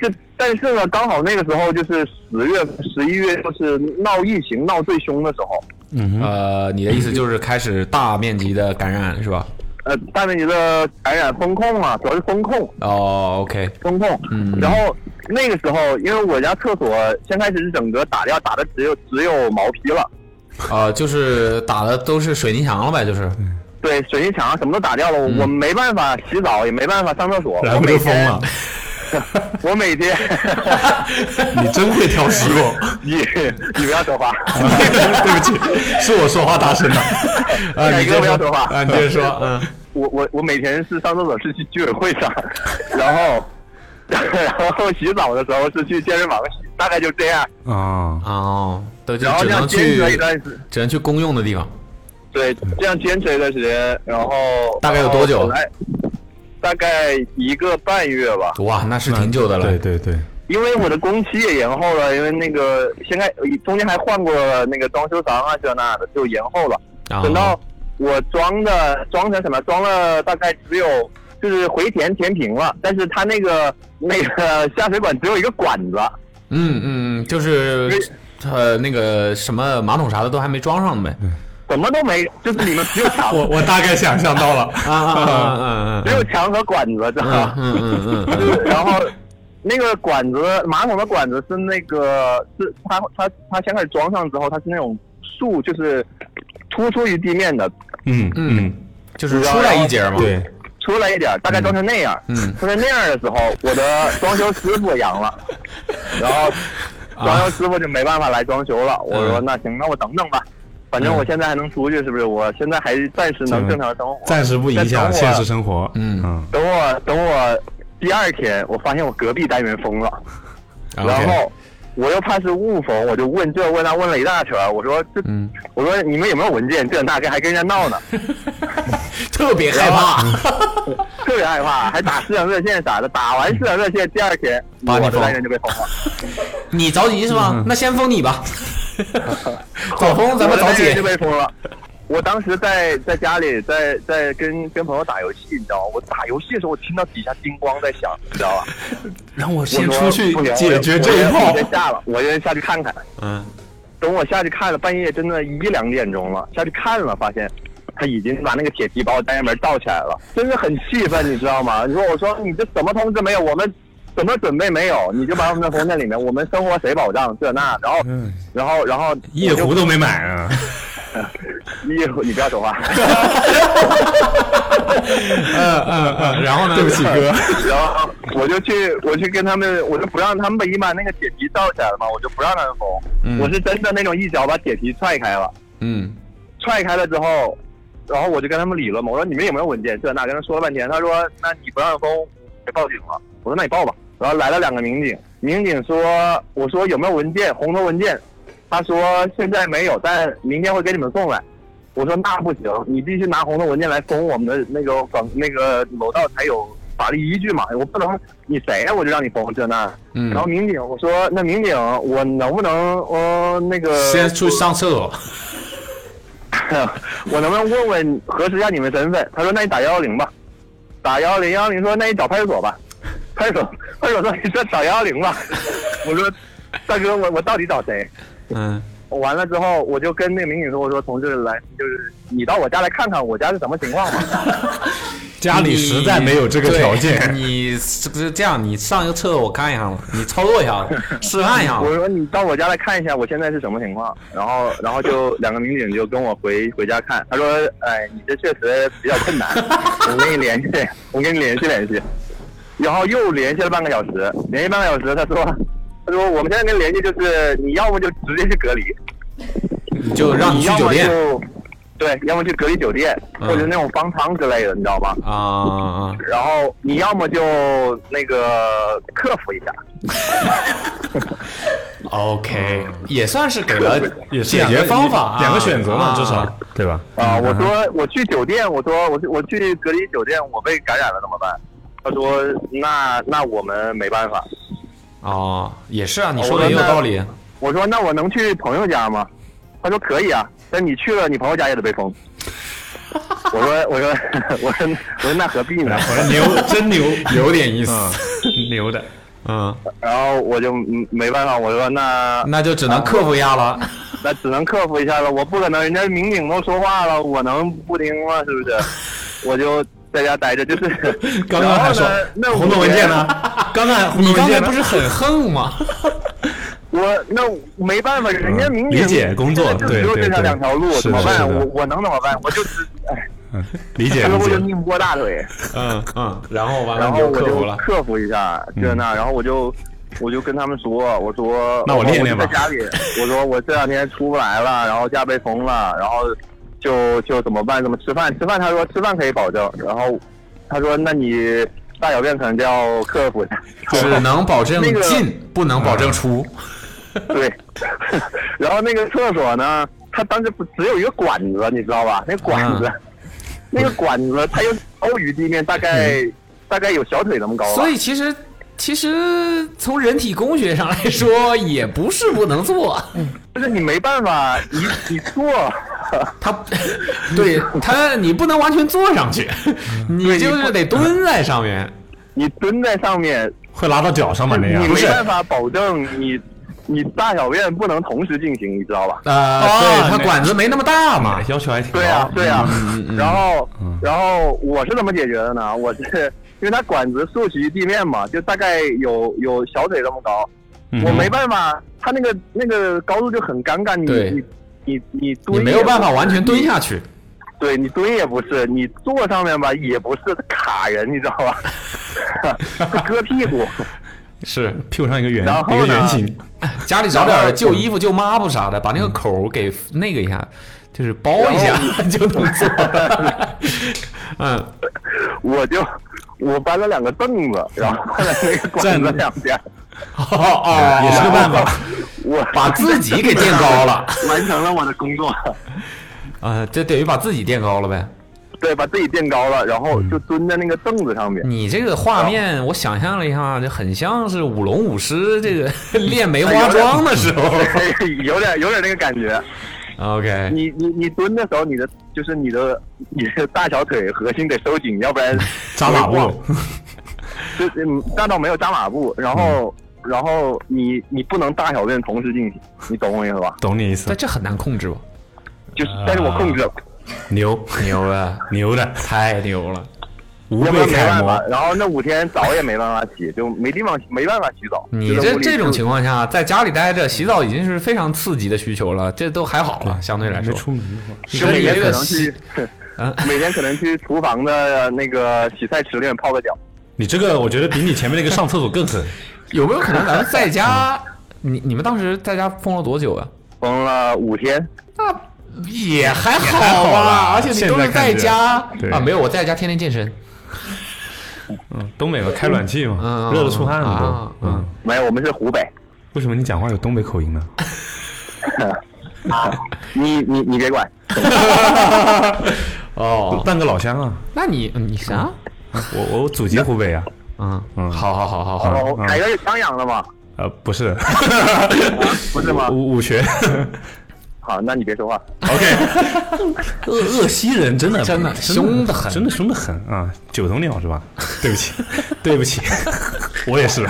C: 这但是呢，刚好那个时候就是十月、十一月，就是闹疫情闹最凶的时候，
D: 嗯哼，
B: 呃，你的意思就是开始大面积的感染是吧？
C: 呃，大面积的感染风控嘛，主要是风控。
B: 哦，OK，
C: 风控，
B: 嗯
C: 然后那个时候，因为我家厕所先开始是整个打掉，打的只有只有毛坯了，
B: 啊，就是打的都是水泥墙了呗，就是
C: 对，水泥墙什么都打掉了，我没办法洗澡，也没办法上厕所，
D: 然
C: 我
D: 后
C: 每
D: 就疯
C: 天
D: 了，
C: 我每天，
D: 你真会挑食物。
C: 你你不要说话，
D: 对不起，是我说话大声了。
B: 啊，
C: 改
B: 你
C: 革
B: 这
C: 不要说话
B: 啊，你接着 说，嗯，
C: 我我我每天是上厕所是去居委会上，然后 然后洗澡的时候是去健身房洗，大概就这样，
D: 啊，
B: 哦，都就
C: 然后
B: 只
C: 这样
B: 能
C: 坚持了一
B: 去
C: 段时，
B: 只能去公用的地方，
C: 对，这样坚持了一段时间，然后
B: 大概有多久
C: 后来大概一个半月吧，
B: 哇，那是挺久的了，
D: 对对对，
C: 因为我的工期也延后了，因为那个现在中间还换过那个装修商啊这那的，就延后了。
B: 啊，
C: 等到我装的装成什么？装了大概只有就是回填填平了，但是它那个那个下水管只有一个管子，
B: 嗯嗯嗯，就是呃那个什么马桶啥的都还没装上 呢呗，
C: 什么都没，就是里面只有 墙，
D: 我我大概想象到了。
B: 啊啊啊啊
C: 只有墙和管子，知道
B: 啊
C: 吧？
B: 嗯嗯
C: 就
B: 嗯
C: 是 然后那个管子，马桶的管子是那个是它它它先开始装上之后，它是那种竖，就是突出于地面的，
D: 嗯
B: 嗯
D: 嗯，
B: 就是出来一截嘛，
D: 对，
C: 出来一点儿，大概装成那样。
B: 嗯
C: 装成那样的时候，我的装修师傅阳 了，然后装修师傅就没办法来装修
D: 啊
C: 了。我说
B: 嗯
C: 那行，那我等等吧，反正我现在还能出去，是不是？我现在还暂时能正常生活。
D: 暂时不影
C: 啊
D: 响现实生活。
B: 嗯
D: 嗯
C: 等我等我第二天，我发现我隔壁单元封了，
D: 啊
C: 然
B: 啊 OK
C: 后我又怕是误封，我就问这问那问了一大圈儿，我说这。
B: 嗯，
C: 我说你们有没有文件？这那个还跟人家闹呢，
B: 特别害怕，
C: 特别害怕，还打市场热线啥的。打完市场热线，第二天
B: 把
C: 我
B: 你
C: 的
B: 封
C: 单元就被封了。
B: 你着急是
D: 嗯
B: 吧？那先封你 吧，早封咱们早
C: 我的单元
B: 解
C: 就，被封了。我当时在在家里，在在跟跟朋友打游戏，你知道吗？我打游戏的时候，我听到底下叮咣在响，你知道吧？
D: 让我
C: 我
D: 先
C: 说
D: 出去
C: 不行
D: 解决这一
C: 我
D: 炮
C: 我。先下了，我先下去看看。
B: 嗯，
C: 等我下去看了，半夜真的一两点钟了，下去看了，发现他已经把那个铁皮把我单元门罩起来了，真是很气愤，你知道吗？你说我说你这什么通知没有？我们什么准备没有？你就把我们的封在里面，我们生活谁保障？这那，然后，
D: 嗯，
C: 然后，然后
D: 夜壶都没买啊。
C: 夜壶，你不要说 话。
B: 嗯嗯嗯，然后呢？
D: 对不起哥，
C: 然后我就去，我去跟他们，我就不让他们把一把那个铁皮罩起来了嘛，我就不让他们封。
B: 嗯
C: 我是真的那种一脚把铁皮踹开了，
B: 嗯
C: 踹开了之后，然后我就跟他们理论嘛，我说你们有没有文件？这那跟他说了半天，他说那你不让封，别报警了。我说那你报吧。然后来了两个民警，民警说，我说有没有文件，红头文件？他说现在没有，但明天会给你们送来。我说那不行，你必须拿红头文件来封我们的那个房那个楼道才有法律依据嘛，我不能你谁呀、我就让你封这那。
B: 嗯
C: 然后，民警我说那民警我能不能呃那个
B: 先出去上厕所，
C: 我能不能问问核实一下你们身份？他说那你打幺幺零吧，打幺幺零幺幺零说那你找派出所吧，派出所派出所说你这找幺幺零吧，我说大哥我我到底找谁？
B: 嗯
C: 完了之后我就跟那个民警说我说同志来就是你到我家来看看我家是什么情况吧。
D: 家里实在没有这个
B: 对
D: 条件。
B: 你 这个这样，你上一个厕所我看一下嘛，你操作一 下嘛，示范一下嘛
C: 我。说你到我家来看一下我现在是什么情况，然后然 后就两个民警就跟我回回家看，他说，哎，你这确实比较 困难，我跟你联系，我跟你联系联系，然后又联系了半个小时，联系半个小时，他说，他说我们现在跟你联系就是你要么就直接去隔离，
B: 你就让你去酒店
C: 要么就对，要么去隔离酒店，
B: 嗯
C: 或者那种方舱之类的，你知道吗？
B: 啊啊啊！
C: 然后你要么就那个克服一下，
B: OK，也算是给了
D: 也是
B: 解
D: 两
B: 决
D: 个
B: 方法啊、
D: 两个选择嘛，至少
B: 啊
D: 对吧？嗯
C: 啊，我说我去酒店，我说我去我去隔离酒店，我被感染了怎么办？他说那那我们没办法。
B: 哦，也是啊，你说的也有道理。
C: 我说那我能去朋友家吗？他说可以啊，但你去了，你朋友家也得被 封。我说我说 我说我说那何必呢？
D: 我说 牛，真牛，
B: 有点意思
D: 嗯，牛的。
B: 嗯，
C: 然后我就嗯没办法，我说那
B: 那就只能克服一下了。
C: 那只能克服一下了，我不可能人家民警都说话了，我能不听吗？是不是？我就在家待着，就是
D: 刚刚还说
C: 然后呢那
D: 红头文件呢
C: 五天？
D: 刚 才
B: 你刚才
D: 见
B: 不是很横吗？
C: 我那没办法，人家明
D: 嗯理解工作
C: 就
D: 对
C: 只有
D: 对
C: 这
D: 对
C: 样两条路，
D: 是
C: 怎么
D: 的
C: 办？
D: 是的
C: 我我能怎么办？我 就只哎，
D: 理解
C: 最
D: 理
C: 后就
D: 解，
C: 拧过大腿，
B: 嗯嗯，然后完了
C: 然
B: 你
C: 后
B: 就克服
C: 我就
B: 了。
C: 克服一下
D: 嗯
C: 这那，然后我就我就跟他们说，我说
D: 那我
C: 我
D: 练练吧
C: 我就在 家里，我说我这两天出不来了，然后家被封了，然后就就怎么办？怎么吃饭？吃饭他说吃饭可以保证，然后他说那你大小便可能就要克服一下。
B: 只能保证
C: 那个
B: 进，不能保证出。
C: 对， 然后那个厕所呢，它当时不只有一个管子，你知道吧？那管
B: 啊
C: 子，那个管子，它又高于地面，大概、大概有小腿那么高吧。
B: 嗯所以其实其实从人体工学上来说，也不是不能做。
C: 就是你没办法，你你坐，
B: 它对它你不能完全坐上去，嗯你就是得蹲在上面。
C: 你蹲在上面，
D: 会拉到脚上吗？
B: 哎
D: 那样
C: 你
D: 不
C: 没
D: 是
C: 办法保证你你大小便不能同时进行，你知道吧？
B: 呃，
D: 哦
B: 对，它管子没那么大嘛，
D: 要求还挺高。
C: 对啊，对
B: 嗯
C: 啊。然后，然后我是怎么解决的呢？ 我是因为它管子竖起于地面嘛，就大概有有小腿这么高，
D: 嗯
C: 我没办法，它那个那个高度就很尴尬，
B: 对
C: 你你你你蹲
B: 你
C: 也
B: 没有办法完全蹲
C: 不
B: 下去。
C: 是，对你蹲也不是，你坐上面吧也不是，卡人，你知道吧？ 它割屁股，
B: 是，
D: 屁股上一个圆，
C: 然后呢
D: 一个圆形，
B: 家里找点旧衣服、旧抹布啥的，把那
D: 嗯
B: 个口给那个一下，就是包一下 就能 坐。嗯，
C: 我就我搬了两个 凳子，然后放在那个管子
D: 站
C: 两边，
B: 哦哦，
D: 也是个办法。
C: 我
B: 把自己给垫高 了。
C: 完成了我的工作。
B: 啊，这等于把自己垫高了呗。
C: 对，把自己垫高了，然后就蹲在那个凳子上面。
B: 你这个
D: 哦
B: 画面，我想象了一下，就很像是舞龙舞
D: 嗯
B: 狮这 个练梅花桩的时候。
C: 有点有点那个感觉，
B: OK，
C: 你你你蹲的时候，你的就是你的你的大小腿核心得收紧，要不然
D: 扎马
C: 我
D: 步，
C: 就嗯，大到没有扎马步，然后、然后你你不能大小便同时进行，你懂我意思吧？
D: 懂你意思
B: 但？这很难控制吧？
C: 就是，但是我控制了，
D: 牛
B: 牛啊，
D: 牛的，
B: 太牛了！
D: 无
C: 要不然没
D: 被楷
C: 办法
D: 模。。
C: 然后那五天澡也没办法洗，就没地方没办法洗澡。
B: 你
C: 就在
B: 这
C: 屋里
B: 这种
C: 就
B: 情况下，在家里待着洗澡已经是非常刺激的需求了，这都还好了，啊相对来说
D: 没。出门的话，
B: 你
C: 就
B: 说
C: 每
B: 你
C: 天
B: 这
C: 可
B: 个
C: 能
B: 洗
C: 去，每天可能去厨房的那个洗菜池里面泡个脚。
D: 你这个我觉得比你前面那个上厕所更狠。
B: 有没有可能咱们在家，
D: 嗯
B: 你你们当时在家封了多久啊？
C: 封了五天，
B: 那也还
D: 还好
B: 好
D: 啦
B: 吧，而且你都
D: 现在
B: 是
D: 看
B: 在
D: 着
B: 家
D: 对
B: 啊，没有我在家天天健身，
D: 嗯，东北嘛，开暖气嘛，
B: 嗯
D: 热得出汗了
B: 啊
D: 都。嗯，
C: 没有，我们是湖北。
D: 为什么你讲话有东北口音呢？
C: 你你你别管，
B: 哦，
D: 半个老乡啊，
B: 那你你啥？
D: 我我祖籍湖北啊。
B: 嗯
D: 嗯
B: 好好好好好，
C: 哦，
D: 嗯
C: 凯哥有襄阳了吗？
D: 呃，不是，
C: 不是
B: 嗯
C: 吗？
D: 武武学
C: 好，那你别说话。
D: ，OK，鄂鄂西人真的
B: 真的凶得很
D: 真的凶得很啊！九头鸟是吧？对不起， 对不起，我也是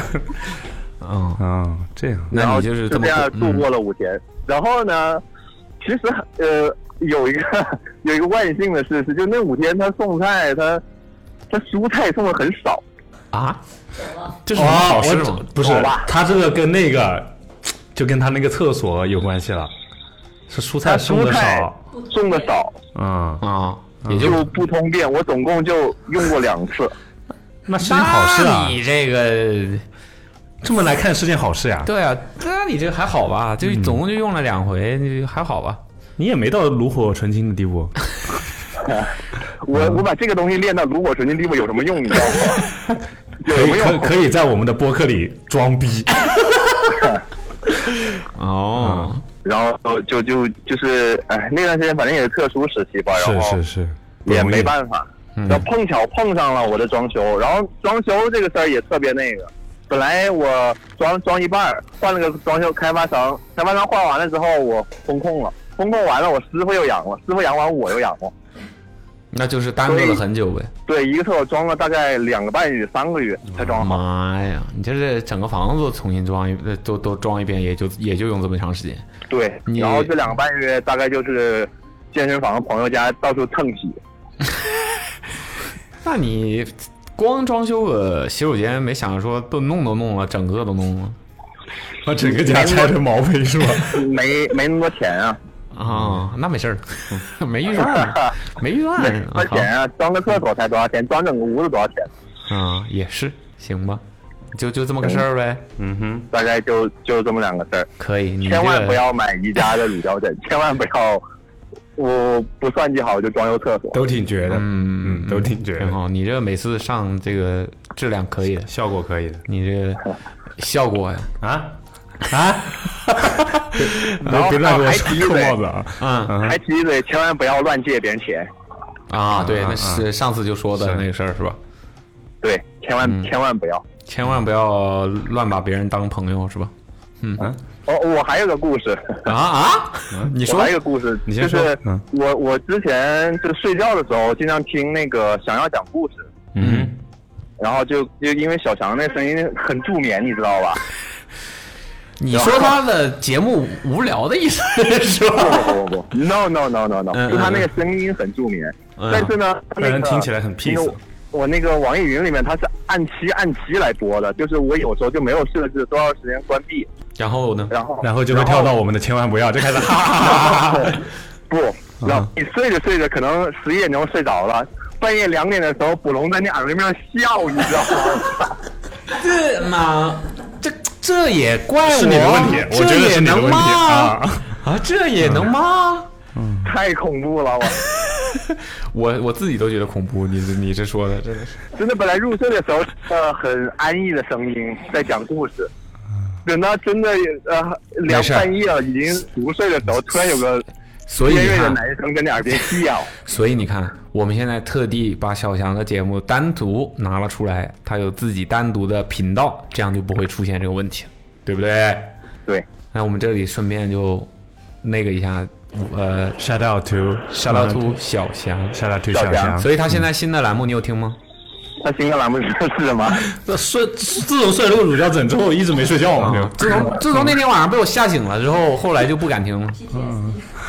B: 嗯，
D: 啊，这嗯样
B: 那
C: 然后
B: 你就是
C: 这
B: 么嗯
C: 样
B: 过
C: 度过了五天。然后呢，其实呃有一个 有一个万幸的事是，就那五天他送菜，他他蔬菜送的很少。
B: 嗯啊，
D: 这是
B: 哦
D: 好事
B: 我
D: 吗？不是
C: 好吧，
D: 他这个跟那个就跟他那个厕所有关系了，是蔬菜
C: 他
D: 送
C: 蔬
D: 的
C: 菜
D: 少，
C: 送的少，
D: 嗯，
B: 啊，也就
C: 就不通便。我总共就用过两次。
D: 那是件好事啊
B: 那。你这个
D: 这么来看是件好事呀，
B: 对啊，那你这个还好吧？
C: 嗯
B: 就总共就用了两回，你还好吧？
D: 你也没到炉火纯青的地步，
B: 嗯
C: 我我把这个东西练到炉火纯青地步有什么用？你知道吗？ 有
D: 可
C: 什
D: 以
C: 么
D: 可
C: 用？
D: 可以在我们的播客里装逼。
B: 哦，
C: 然后就就就是，哎，那段时间反正也是特殊时期吧，然
D: 是
C: 后
D: 是是，不
C: 也
D: 容易嗯
C: 没办法。然后碰巧碰上了我的装修，然后装修这个事儿也特别那个。本来我装装一半儿，换了个装修开发商，开发商换完了之后我封控了，封控完了我师傅又阳了，师傅阳完我又阳了。
B: 那就是耽搁了很久呗。
C: 对，一个厕所装了大概两个半月、三个月才装
D: 嗯
C: 好。
B: 妈呀，你这是整个房子重新装一呃都都装一遍，也就也就用这么长时间。
C: 对，
B: 你
C: 然后这两个半月大概就是健身房朋友家到处蹭洗，
B: 那你光装修个洗手间，没想着说都弄都弄了，整个都弄了
D: 把整个家拆成毛坯是吧？
C: 没没那么多钱啊，
B: 啊，那没事儿， 没预 算，没预算
C: 没
D: 嗯
C: 多少钱啊，装个厕所才多少钱？装整个屋子多少钱？
B: 啊，也是行吧，就就这么个事儿呗，
D: 嗯哼，
C: 大概就就这么两个事儿，
B: 可以，你
C: 千万
B: 这
C: 不要买宜家的乳胶 枕，千万不要，我不算计好就装修厕所。
D: 都挺绝的，
B: 嗯
D: 嗯，都挺绝
B: 挺
D: 的，
B: 好，你这每次上这个质量可以的，
D: 效果可以的
B: 你这 个效果呀，
D: 啊啊！
C: 然后
D: 别再给我
C: 还提一
D: 扣
C: 嘴
D: 帽子啊！
B: 嗯
D: 嗯
C: 还提一嘴，千万不要乱借别人钱，
B: 啊，对，
D: 啊
B: 那是上次就说的
D: 是
B: 那个事儿是吧？
C: 对，千万、
D: 嗯
C: 千万不要。
B: 千万不要乱把别人当朋友是吧？
C: 哦，我还有个故事，
B: 啊啊，
D: 嗯
B: 你
C: 我
B: 说
C: 还有个故事，
D: 你先
C: 就
D: 说
C: 是
D: 嗯
C: 我我之前就睡觉的时候经常听那个想要讲故事，
D: 嗯，
C: 然后就就因为小强那声音很助眠，你知道吧？
B: 你说他的节目无聊的意思是
C: 不
B: 吧？
C: 不不 不，no no no no no，
B: 嗯
C: 就他那
B: 嗯
C: 个声音很助眠，
B: 嗯
C: 但是呢，
D: 让人
C: 那个
D: 听起来很 peace
C: 那个我那个网易云里面它是按期按期来播的，就是我有时候就没有设置多少时间关闭，
B: 然后呢？
C: 然后
D: 然后就会跳到我们的千万不要，就开 始哈哈哈哈哈哈。
C: 不，然后你睡着睡着，可能十一点钟睡着了，半夜两点的时候，捕龙在你耳朵边笑，你知道吗？
B: 这嘛，这这也怪我，
D: 是你的问题，我
B: 这
D: 觉得
B: 也
D: 是你的
B: 能
D: 问题
B: 吗？
D: 啊！
B: 啊，这也能吗？
C: 太恐怖了，我
B: 我我自己都觉得恐怖，你这你这说的真的是，
C: 真的本来入睡的时候， 呃，很安逸的声音在讲故事。等到真的呃两
B: 没事儿
C: 半夜了，已经熟睡的时候，突然有个
B: 所以啊
C: 尖
B: 你
C: 锐的
B: 看，
C: 男生在你耳边 笑，
B: 所以你看，我们现在特地把小翔的节目单独拿了出来，他有自己单独的频道，这样就不会出现这个问题了，对不对？
C: 对，
B: 那我们这里顺便就那个一下，呃
D: Shout out to
B: ，shout out to 小翔。
D: shout out to
C: 小
D: 小
C: 强
D: 翔，
B: 所以他现在新的栏目你有听吗？
C: 他新的栏目是是什么？
D: 以睡自从睡了个乳胶枕之后，我一嗯直没睡觉嘛，就
B: 啊自从自从那天晚上被我吓醒了之后，后来就不敢听 了。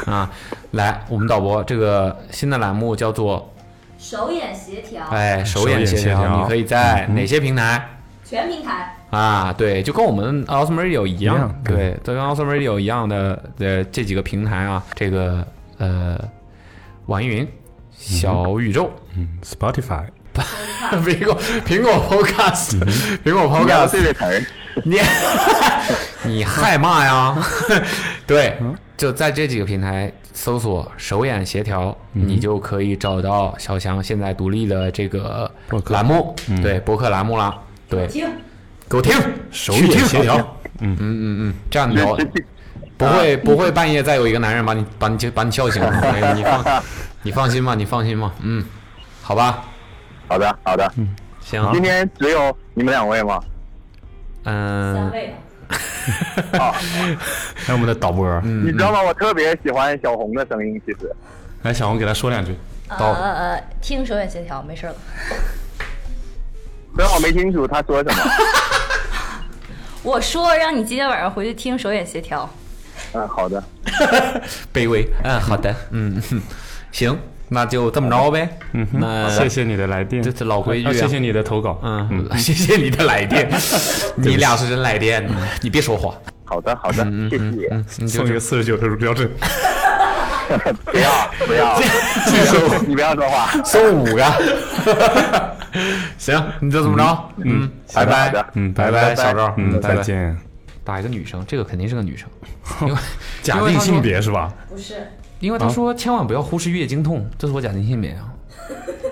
B: 啊，来，我们导播这个新的栏目叫做
F: 手眼协调，
B: 哎手眼
D: 嗯眼
B: 协
D: 协调嗯
B: 你可以在哪些平台？
F: 全平台
B: 啊，对，就跟我们 Awesome Radio 一
D: 一
B: 样
D: 样，
B: 对，都跟 Awesome Radio 一样的，呃，这几个平台啊，这个呃，网易云、小宇宙、
D: 嗯 Spotify
B: 苹果苹果 Podcast、苹果
C: 你要
B: Podcast，
C: 对这词儿，
B: 你 你害嘛呀？对，就在这几个平台搜索“手眼协调”，你就可以找到小翔现在独立的这个
D: 播客
B: 栏目，对，博客栏目啦，对，
F: 听
B: 给我听，
D: 手
B: 去
D: 眼
B: 听
D: 协调，
B: 嗯嗯嗯，这样聊
C: 这。这
B: 不会不会，半夜再有一个男人把你把你把你叫醒，哎你放你放心吧，你放心吧，嗯，好吧，
C: 好的好的，
B: 嗯行，
C: 今天只有你们两位吗？
F: 三
B: 嗯，
F: 位了，
C: 啊，
D: 还有我们的导播，
B: 嗯
C: 你知道吗？我特别喜欢小红的声音，其实
D: 来小红给他说两句，
B: 到
F: 呃呃，听手眼协调，没事了。
C: 虽然我没听楚他说什 么。
F: 我说让你今天晚上回去听手眼协调，
C: 嗯，好的，
B: 卑微，嗯，好的，嗯，哼行，那就这么着呗，嗯，那
D: 谢谢你的来电，
B: 这是老规矩啊
D: 啊谢谢你的投稿，
B: 嗯， 谢谢你的来 电，你俩是真来电，你别说话，
C: 好的，好的，
B: 嗯
C: 谢谢。
B: 你就
D: 嗯送一个四十九的乳胶枕，
C: 不要 不要， 你不要说话。
B: 送五 个， 行，你就这么着，嗯，拜
C: 好
B: 拜
C: 的，
D: 嗯
B: 拜
D: 拜
B: 小赵，
D: 嗯，
B: 拜
D: 再
B: 拜。
D: 见。
B: 打一个女生，这个肯定是个女 生，因为
D: 假定性，别啊是吧？
F: 不是
B: 因为他说千万不要忽视月经痛，这是我假定性别啊，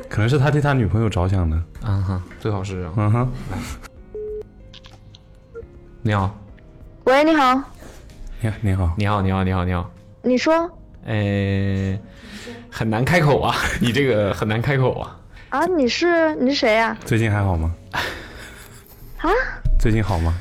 D: 可能是他替他女朋友着想的。
B: 嗯哼，最好是啊。
D: 嗯哼，
B: 你好，
E: 喂，你好，
D: 你好，你好，
B: 你好，你好，你好，你好，
E: 你说
B: 呃，很难开口啊， 你这个很难开口啊，
E: 啊，你是你是谁呀、
D: 最近还好吗？
E: 啊？
D: 最近好吗？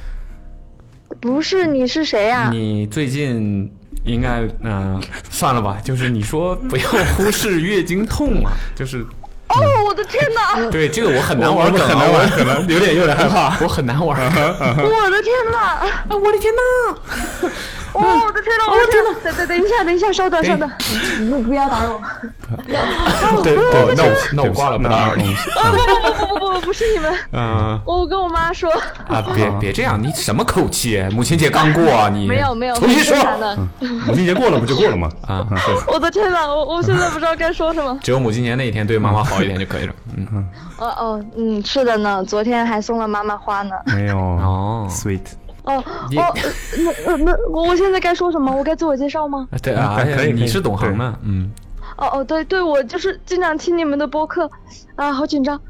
E: 不是，你是谁呀、
B: 你最近应该嗯、呃算了吧，就是你说不要忽视月经痛啊， 就是
E: 哦，我的天哪，
B: 对这个我很难玩梗啊，
D: 很难玩，可能 有点有点害怕。
B: 我，我很难玩。
E: 我的天哪，
B: 啊，我的天呐！
E: 哦，我的天呐，我的天呐！等等等一下，等一下，稍等稍等，你们不要打扰我。
B: 对对，那我那我
D: 对不起
B: 挂了不
D: 那
B: 打扰你。
E: 不不不不不不是你们，
B: 嗯
E: 我跟我妈说，
B: 啊，别别这样，你什么口气？母亲节刚过啊，你
E: 没有没有，
B: 重新说
E: 很。正常的。
D: 母亲节过了不就过了吗？
B: 啊
D: 嗯对
E: 我的天呐，我我现在不知道该说什么。
B: 只有母亲节那一天对妈妈好一点就可以了。 嗯，
E: 哦哦，嗯，是的呢，昨天还送了妈妈花呢。
D: 没有
B: 哦
D: ，sweet，
E: 哦
B: 你
E: 哦，呃那那那，我现在该说什么？我该自我介绍吗？
B: 对啊，
D: 嗯可以
B: 而
D: 可
B: 且
D: 以
B: 你是懂行的，嗯，
E: 哦哦，对对，我就是经常听你们的播客，啊，好紧张。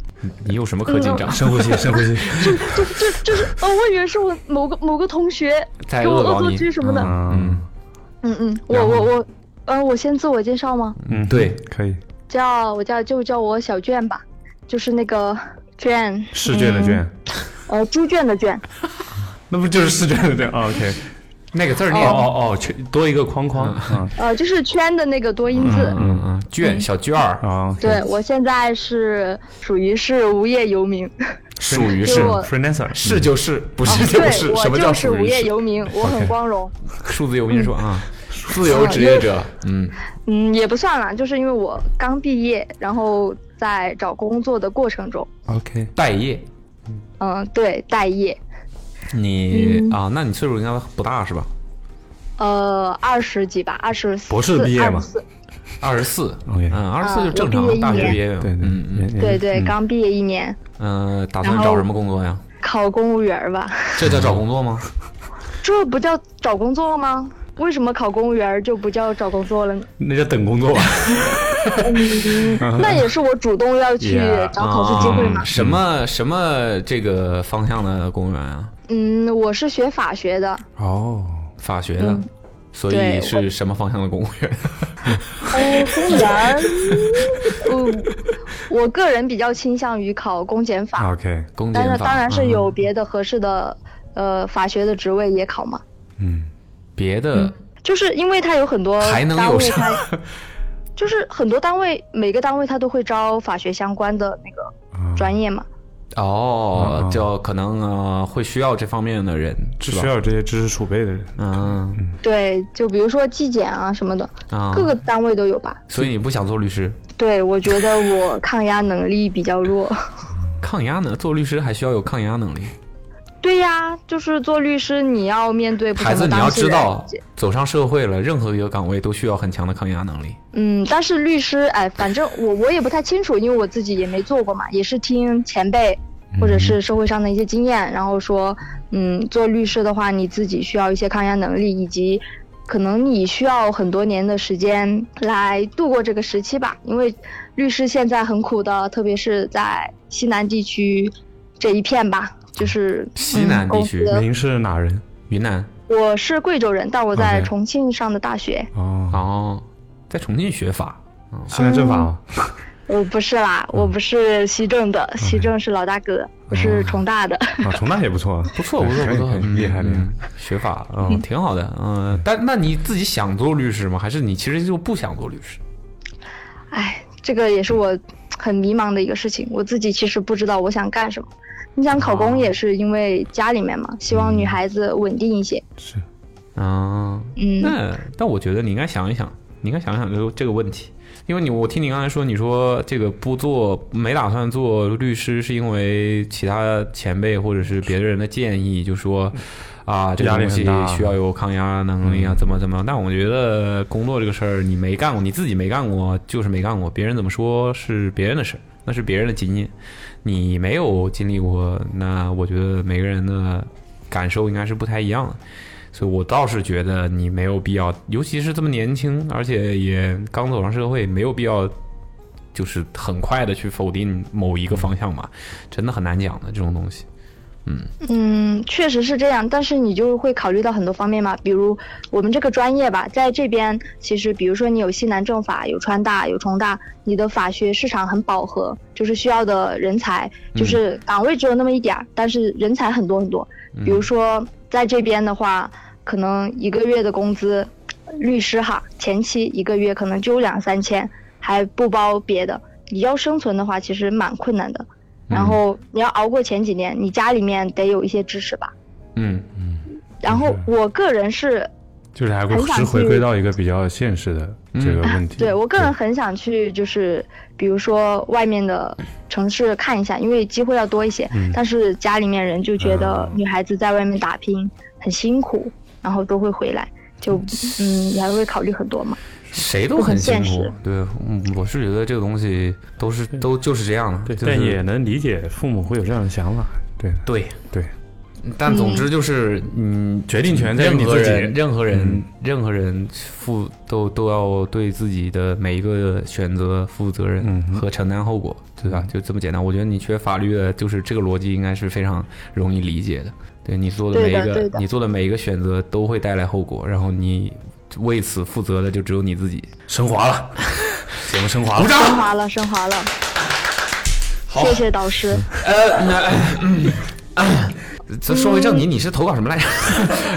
B: 你有
E: 嗯
B: 什么可紧张？
D: 深呼吸，深呼吸。
E: 就就就是，哦，我以为是我某个某个同学
B: 在
E: 给我
B: 恶
E: 恶
B: 搞
E: 作
B: 你
E: 剧什么的。
B: 嗯
D: 嗯
E: 嗯嗯，我我我，呃，我先自我介绍吗？
D: 嗯，
B: 对，
D: 可以，
E: 叫我叫就叫我小卷吧，就是那个卷，
D: 试卷的卷，
E: 呃，猪圈的卷。
D: 那不就是试卷的卷啊？OK，
B: 嗯那个字儿
D: 哦
B: 念，
D: 哦哦，圈多一个框框啊
E: 呃，就是圈的那个多音字。
B: 嗯嗯，卷小卷儿
D: 啊，OK，
E: 对我现在是属于是无业游民，
B: 属于
E: 就是我啊
D: ，freelancer 嗯
B: 是就是，不 是就
E: 哦对
B: 是。什
E: 我
B: 么叫
E: 就
B: 属
E: 无
B: 于
E: 业
B: 是？
E: 游民，我很
D: OK
E: 光荣。
B: 数字游民说啊，自由职业者，嗯，
E: 嗯，也不算啦，就是因为我刚毕业，然后在找工作的过程中，
D: OK，
B: 待业。
E: 嗯，对，待业，
B: 你
E: 嗯
B: 啊，那你岁数应该不大是吧？
E: 呃，二十几吧，二十四，
D: 博士毕业嘛
E: 24
B: 二十四
D: OK
B: 嗯，二十四
E: 啊
B: 就正常，
E: 我毕业一
B: 大学
E: 年
B: 毕业嘛，
D: 对对
B: 嗯嗯，
D: 也
E: 对对，刚毕业一年，
B: 嗯，打算
E: 然后
B: 找什么工作呀？
E: 考公务员儿吧，
B: 这叫找工作吗？
E: 这不叫找工作吗？为什么考公务员儿就不叫找工作 了呢？
D: 那叫等工作吧。
E: 那也是我主动 要去
D: Yeah，
E: 找考试机会嘛
B: 啊。什么什么这个方向的公务员啊？
E: 嗯，我是学法学的，
D: 哦，
B: 法学的，所以
E: 嗯对
B: 是什么方向的公务员？
E: 呃，公务 员儿，嗯，我个人比较倾向于考公检法。
D: OK，
B: 公
E: 当
B: 检
E: 然，
B: 法
E: 当然是
B: 嗯
E: 有别的合适的，呃，法学的职位也考嘛。
D: 嗯，
B: 别的
E: 就是因为它有很多
B: 还能
E: 单
B: 有
E: 位
B: 啥
E: 它， 就是很多单位每个单位它都会招法学相关的那个专业嘛。
B: 哦
D: 嗯，嗯
B: 就可能呃会需要这方面的人，
D: 只
B: 是
D: 需
B: 吧？
D: 要这些知识储备的人。
B: 嗯
E: 对，就比如说纪检啊什么的，
B: 啊，
E: 各个单位都有吧。
B: 所以你不想做律师？
E: 对，我觉得我抗压能力比 较弱。
B: 抗压呢？做律师还需要有抗压能力。
E: 对呀，就是做律师，你要面对不
B: 孩
E: 同
B: 子，
E: 的
B: 你要
E: 当事
B: 知
E: 人。
B: 道，走上社会了，任何一个岗位都需要很强的抗压能力。
E: 嗯，但是律师，哎，反正我我也不太清楚，因为我自己也没做过嘛，也是听前辈
B: 嗯
E: 或者是社会上的一些经验，然后说，嗯，做律师的话，你自己需要一些抗压能力，以及可能你需要很多年的时间来度过这个时期吧，因为律师现在很苦的，特别是在西南地区这一片吧，就是
B: 西南地区
E: 嗯公司
D: 您是哪人？
B: 云南
E: 我是贵州人，但我在
D: OK
E: 重庆上的大学。
D: 哦，
B: 哦，在重庆学法，
D: 西南政法吗？
E: 我不是啦，我不是西政的，西政是老大哥，我是重大的。
D: 啊，重大也不错，
B: 不错不错不
D: 可以
B: 错
D: 可以， 厉害厉
B: 嗯。
D: 害
B: 嗯学法嗯挺好的嗯，但那你自己想做律师吗？还是你其实就不想做律师？
E: 哎，这个也是我很迷茫的一个事情，我自己其实不知道我想干什么。你想考公也是因为家里面嘛，希望女孩子稳定一些。
D: 是
B: 嗯，
E: 嗯，
B: 那但我觉得你应该想一想，你应该想一想这个这个问题，因为你我听你刚才说，你说这个不做没打算做律师，是因为其他前辈或者是别人的建议，就说啊这个
D: 压力
B: 东
D: 很
B: 西
D: 大嗯
B: 需要有抗压能力啊，怎么怎么。但我觉得工作这个事儿，你没干过，你自己没干过就是没干过，别人怎么说是别人的事儿，那是别人的经验，你没有经历过，那我觉得每个人的感受应该是不太一样的。所以我倒是觉得你没有必要，尤其是这么年轻，而且也刚走上社会，没有必要就是很快的去否定某一个方向吧，真的很难讲的这种东西。
E: 嗯，确实是这样，但是你就会考虑到很多方面嘛，比如我们这个专业吧，在这边其实，比如说你有西南政法、有川大、有重大，你的法学市场很饱和，就是需要的人才，就是岗位只有那么一点儿，但是人才很多很多。比如说在这边的话，可能一个月的工资，律师哈，前期一个月可能就两三千，还不包别的，你要生存的话，其实蛮困难的。然后你要熬过前几年，你家里面得有一些支持吧。
B: 嗯，
E: 然后我个人是
D: 就是还会
E: 很想
D: 是回
E: 去
D: 归到一个比较现实的这个问题。
E: 对我个人很想去，就是比如说外面的城市看一下，因为机会要多一些。
B: 嗯
E: 但是家里面人就觉得女孩子在外面打拼很辛苦，然后都会回来，就嗯，你还会考虑很多嘛。
B: 谁都很辛
E: 很现
B: 苦
E: 实。
B: 对，嗯我是觉得这个东西都是都就是这样的，
D: 对，
B: 就是
D: 但也能理解父母会有这样的想法。对
B: 对。
D: 对，
B: 但总之就是，嗯，
D: 决定权在于
B: 任
D: 你
B: 何
D: 自己。
B: 人，任何人
D: 嗯，
B: 任何人负都都要对自己的每一个选择负责任
D: 嗯哼嗯
B: 和承担后果，对吧？就这么简单。我觉得你学法律的，就是这个逻辑应该是非常容易理解的。对你做的每
E: 对
B: 一
E: 的对
B: 个，
E: 的
B: 你做的每一个选择都会带来后果，然后你为此负责的就只有你自己。
D: 升 华了，节目升华
B: 鼓
D: 了。
B: 掌。
E: 升华了，升华了。谢谢导师，
B: 呃这嗯啊说回正题，你是投稿什么 来着？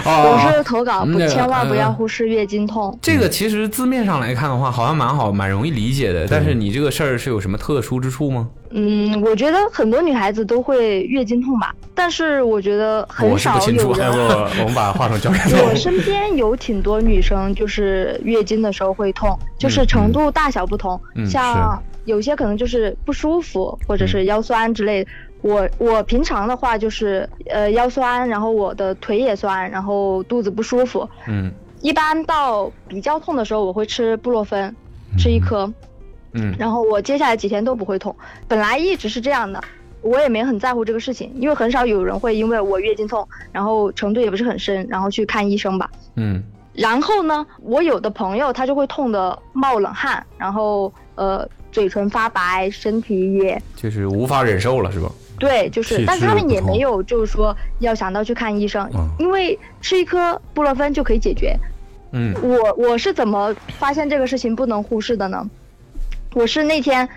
E: 我
B: 哦，
E: 是投稿，不
B: 那个
E: 千万不要
B: 嗯
E: 忽视月经痛。
B: 这个其实字面上来看的话，好像蛮好，蛮容易理解的。但是你这个事儿是有什么特殊之处吗？
E: 嗯，我觉得很多女孩子都会月经痛吧，但是我觉得
B: 我
E: 很
B: 是不
E: 少
B: 清楚啊
E: 有
D: 要
E: 人
D: 哎不 我们把话筒交给
E: 我
D: 我。
E: 身边有挺多女生，就是月经的时候会痛，就是程度大小不同，
B: 嗯
E: 像有些可能就是不舒服，或者是腰酸之类。我我平常的话就是呃腰酸，然后我的腿也酸，然后肚子不舒服。
B: 嗯
E: 一般到比较痛的时候，我会吃布洛芬，吃一颗。
B: 嗯
E: 然后我接下来几天都不会痛，本来一直是这样的，我也没很在乎这个事情，因为很少有人会因为我月经痛，然后程度也不是很深，然后去看医生吧。
B: 嗯
E: 然后呢，我有的朋友他就会痛得冒冷汗，然后呃嘴唇发白，身体也
B: 就是无法忍受了，是吧？
E: 对，就
D: 体
E: 是
D: 质，
E: 但是他们也
D: 不同
E: 没有就是说要想到去看医生，
D: 嗯
E: 因为吃一颗布洛芬就可以解决。
B: 嗯
E: 我我是怎么发现这个事情不能忽视的呢？我是那天，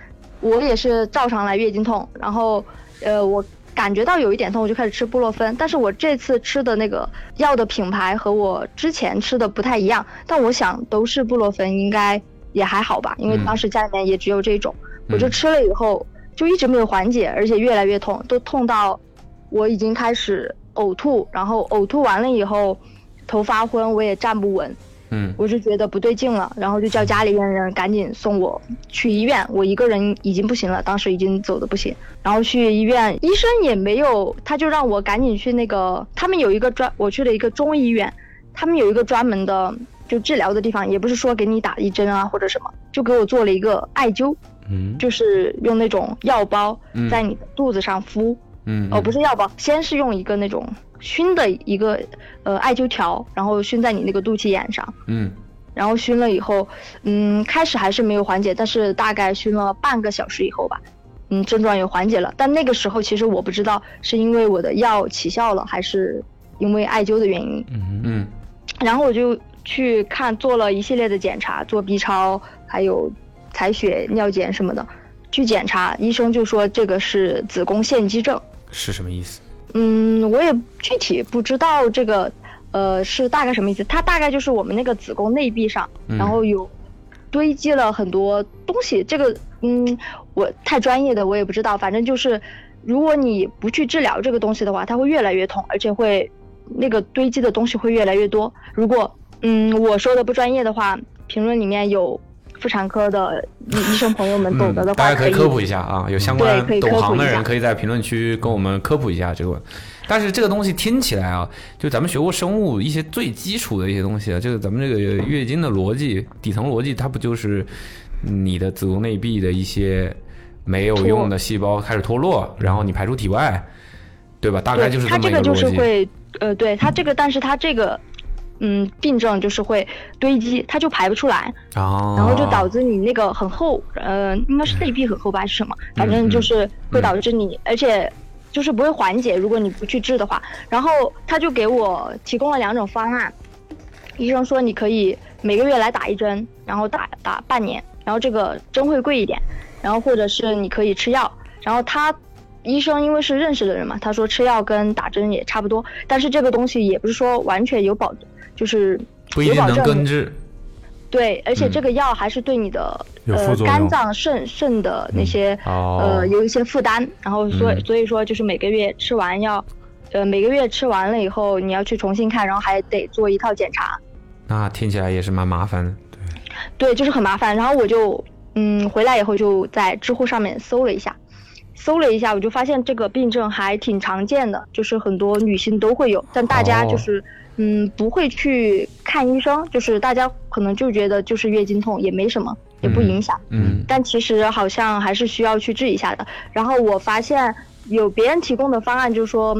E: 我也是照常来月经痛，然后，呃，我感觉到有一点痛，我就开始吃布洛芬。但是我这次吃的那个药的品牌和我之前吃的不太一样，但我想都是布洛芬，应该也还好吧，因为
B: 嗯
E: 当时家里面也只有这种，我就
B: 嗯
E: 吃了以后就一直没有缓解，而且越来越痛，都痛到我已经开始呕吐，然后呕吐完了以后，头发昏，我也站不稳。
B: 嗯
E: 我就觉得不对劲了，然后就叫家里边人赶紧送我去医院，我一个人已经不行了，当时已经走的不行，然后去医院，医生也没有，他就让我赶紧去那个，他们有一个专，我去了一个中医院，他们有一个专门的就治疗的地方，也不是说给你打一针啊或者什么，就给我做了一个艾灸，
D: 嗯，
E: 就是用那种药包
B: 嗯
E: 在你的肚子上敷，
B: 嗯，
E: 哦，不是药包，先是用一个那种熏的一个呃艾灸条，然后熏在你那个肚脐眼上。
B: 嗯
E: 然后熏了以后，嗯，开始还是没有缓解，但是大概熏了半个小时以后吧，嗯，症状有缓解了。但那个时候其实我不知道是因为我的药起效了，还是因为艾灸的原因。
B: 嗯
E: 然后我就去看做了一系列的检查，做 B 超，还有采血、尿检什么的，去检查，医生就说这个是子宫腺肌症。
B: 是什么意思？
E: 嗯，我也具体不知道这个，呃，是大概什么意思。它大概就是我们那个子宫内壁上，
B: 嗯
E: 然后有堆积了很多东西。这个，嗯，我太专业的我也不知道，反正就是，如果你不去治疗这个东西的话，它会越来越痛，而且会那个堆积的东西会越来越多。如果，嗯，我说的不专业的话，评论里面有妇产科的医医生朋友们懂得的
B: 嗯大
E: 话，
B: 家可以科普一下啊，有相关
E: 对可以科
B: 懂
E: 普
B: 行的
E: 一下
B: 人可以在评论区跟我们科普一下这个问。但是这个东西听起来啊，就咱们学过生物一些最基础的一些东西啊，这个咱们这个月经的逻辑，底层逻辑它不就是你的子宫内壁的一些没有用的细胞开始脱落，然后你排出体外，对吧？大概
E: 对，
B: 就是
E: 它
B: 么
E: 这
B: 一个
E: 个就是
B: 逻辑。
E: 会，呃，对它这个，但是它这个，嗯，病症就是会堆积，它就排不出来，
B: 啊，
E: 然后就导致你那个很厚，呃，应该是内壁很厚吧，还是什么？反正就是会导致你，而且就是不会缓解，如果你不去治的话。然后他就给我提供了两种方案，医生说你可以每个月来打一针，然后打打半年，然后这个针会贵一点，然后或者是你可以吃药，然后他。医生因为是认识的人嘛，他说吃药跟打针也差不多，但是这个东西也不是说完全有保，就是
B: 不一
E: 有
B: 定
E: 保
B: 能
E: 证的
B: 根治。
E: 对，而且这个药还是对你的、
D: 嗯有副
E: 呃
D: 作
E: 肝
D: 用嗯
E: 脏、肾、肾的那些、
B: 哦
E: 呃有一些负担，然后所以、所以说就是每个月吃完药，呃每个月吃完了以后你要去重新看，然后还得做一套检查，
B: 那听起来也是蛮麻烦的。嗯
E: 对，就是很麻烦。然后我就嗯回来以后就在知乎上面搜了一下，搜了一下，我就发现这个病症还挺常见的，就是很多女性都会有，但大家
B: 哦
E: 就是、嗯不会去看医生，就是大家可能就觉得就是月经痛也没什么，也不影响。
B: 嗯
E: 但其实好像还是需要去治一下的。然后我发现有别人提供的方案，就是说，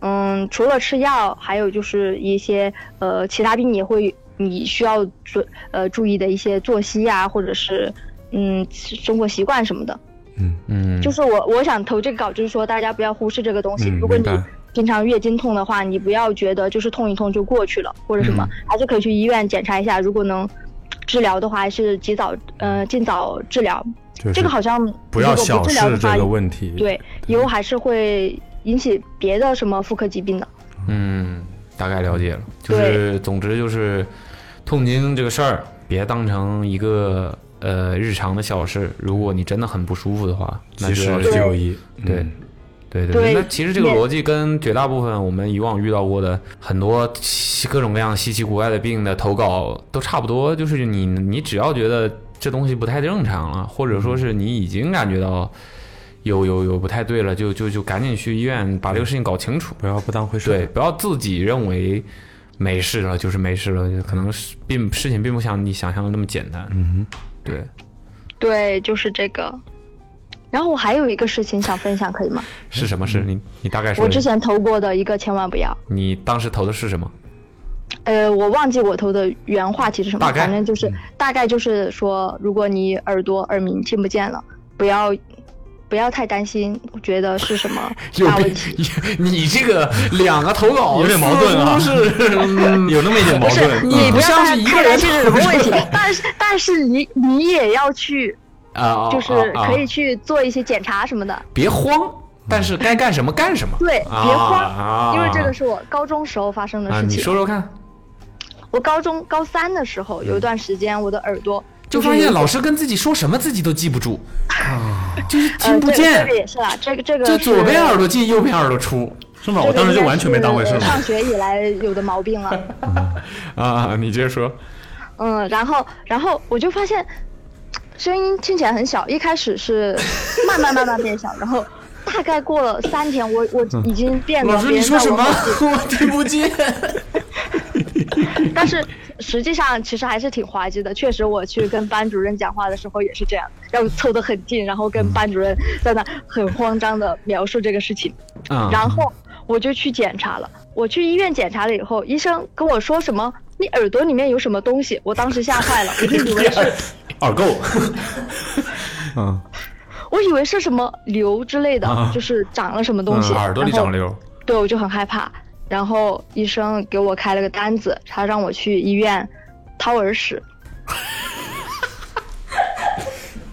E: 嗯，除了吃药，还有就是一些呃其他病也会你需要注呃注意的一些作息啊，或者是嗯生活习惯什么的。
B: 嗯，
E: 就是我我想投这个稿，就是说大家不要忽视这个东西。
D: 嗯
E: 如果
D: 明
E: 你
D: 白
E: 平常月经痛的话，你不要觉得就是痛一痛就过去了或者什
D: 嗯
E: 么，还是可以去医院检查一下。如果能治疗的话，还是及早呃尽早治疗。
D: 就是
E: 这个好像
D: 不要小
E: 如果不治疗
D: 视
E: 的话
D: 这个问题。
E: 对，以后还是会引起别的什么妇科疾病的。
B: 嗯，大概了解了。就是总之就是，痛经这个事儿，别当成一个呃日常的小事。如果你真的很不舒服的话，那
D: 及
B: 就
D: 时
B: 要
D: 就医。
B: 对
D: 嗯
B: 对对
E: 对
B: 那其实这个
E: 也
B: 逻辑跟绝大部分我们以往遇到过的很多稀各种各样稀奇古怪的病的投稿都差不多，就是你你只要觉得这东西不太正常了，或者说是你已经感觉到有有有不太对了，就就就赶紧去医院把这个事情搞清楚。
D: 不要不当回事。
B: 对，，不要自己认为没事了就是没事了，可能是并事情并不像你想象的那么简单。
D: 嗯
B: 对，
E: 对，就是这个。然后我还有一个事情想分享，可以吗？
B: 是什么
D: 嗯
B: 事？你你大概说
E: 我
B: 一下，
E: 之前投过的一个千万不要，
B: 你当时投的是什么？
E: 呃，我忘记我投的原话题是什么
B: 大，概嗯
E: 反正就是大概就是说，如果你耳朵耳鸣听不见了，不要不要太担心，我觉得是什么 大问题。
B: 你这个两个投稿
D: 有点矛盾啊
B: 似乎是 嗯
D: 有那么一点矛
E: 不是
D: 盾。
E: 你不要
B: 像
E: 太
B: 是一个
E: 太
B: 人
E: 担心是什么 问题， 但是但是你你也要去，
B: 啊，
E: 就是
B: 啊
E: 可以
B: 啊
E: 去做一些检查什么的。
B: 别慌，但是该干什么干什么。
E: 对，别
B: 啊
E: 慌，因为这个是我高中时候发生的
B: 啊，
E: 事
B: 你
E: 情。
B: 说说看，
E: 我高中高三的时候，有一段时间我的耳朵
B: 嗯就是发
E: 有
B: 现老师跟自己说什么自己都记不住，就是
E: 呃
B: 听不
E: 这个
B: 见
E: 这个，也是啦，这个这个
B: 就是左边耳朵进，右边耳朵出。
D: 是吗？我哦当时就完全没当回事
E: 这个应该是上。
D: 嘛
E: 学以来有的毛病了，
B: 啊，你接着说。
E: 嗯，然后然后我就发现声音听起来很小，一开始是慢慢慢慢变小，然后大概过了三天，我我
D: 嗯
E: 已经变得
B: 老师，你
E: 别人
B: 说
E: 叫
B: 什
E: 我
B: 么？
E: 老师
B: 我听不见。
E: 但是实际上其实还是挺滑稽的。确实，我去跟班主任讲话的时候也是这样，要凑得很近，然后跟
D: 嗯
E: 班主任在那很慌张的描述这个事情。
B: 啊
E: 然后我就去检查了，我去医院检查了以后，医生跟我说什么？你耳朵里面有什么东西？我当时吓 坏了，我就以为是，
D: 耳垢。嗯，
E: 我以为是什么瘤之类的，就是长了什么东西，
D: 嗯
B: 啊耳朵里
E: 然后
B: 长瘤。
E: 对，我就很害怕。然后医生给我开了个单子，他让我去医院掏耳屎，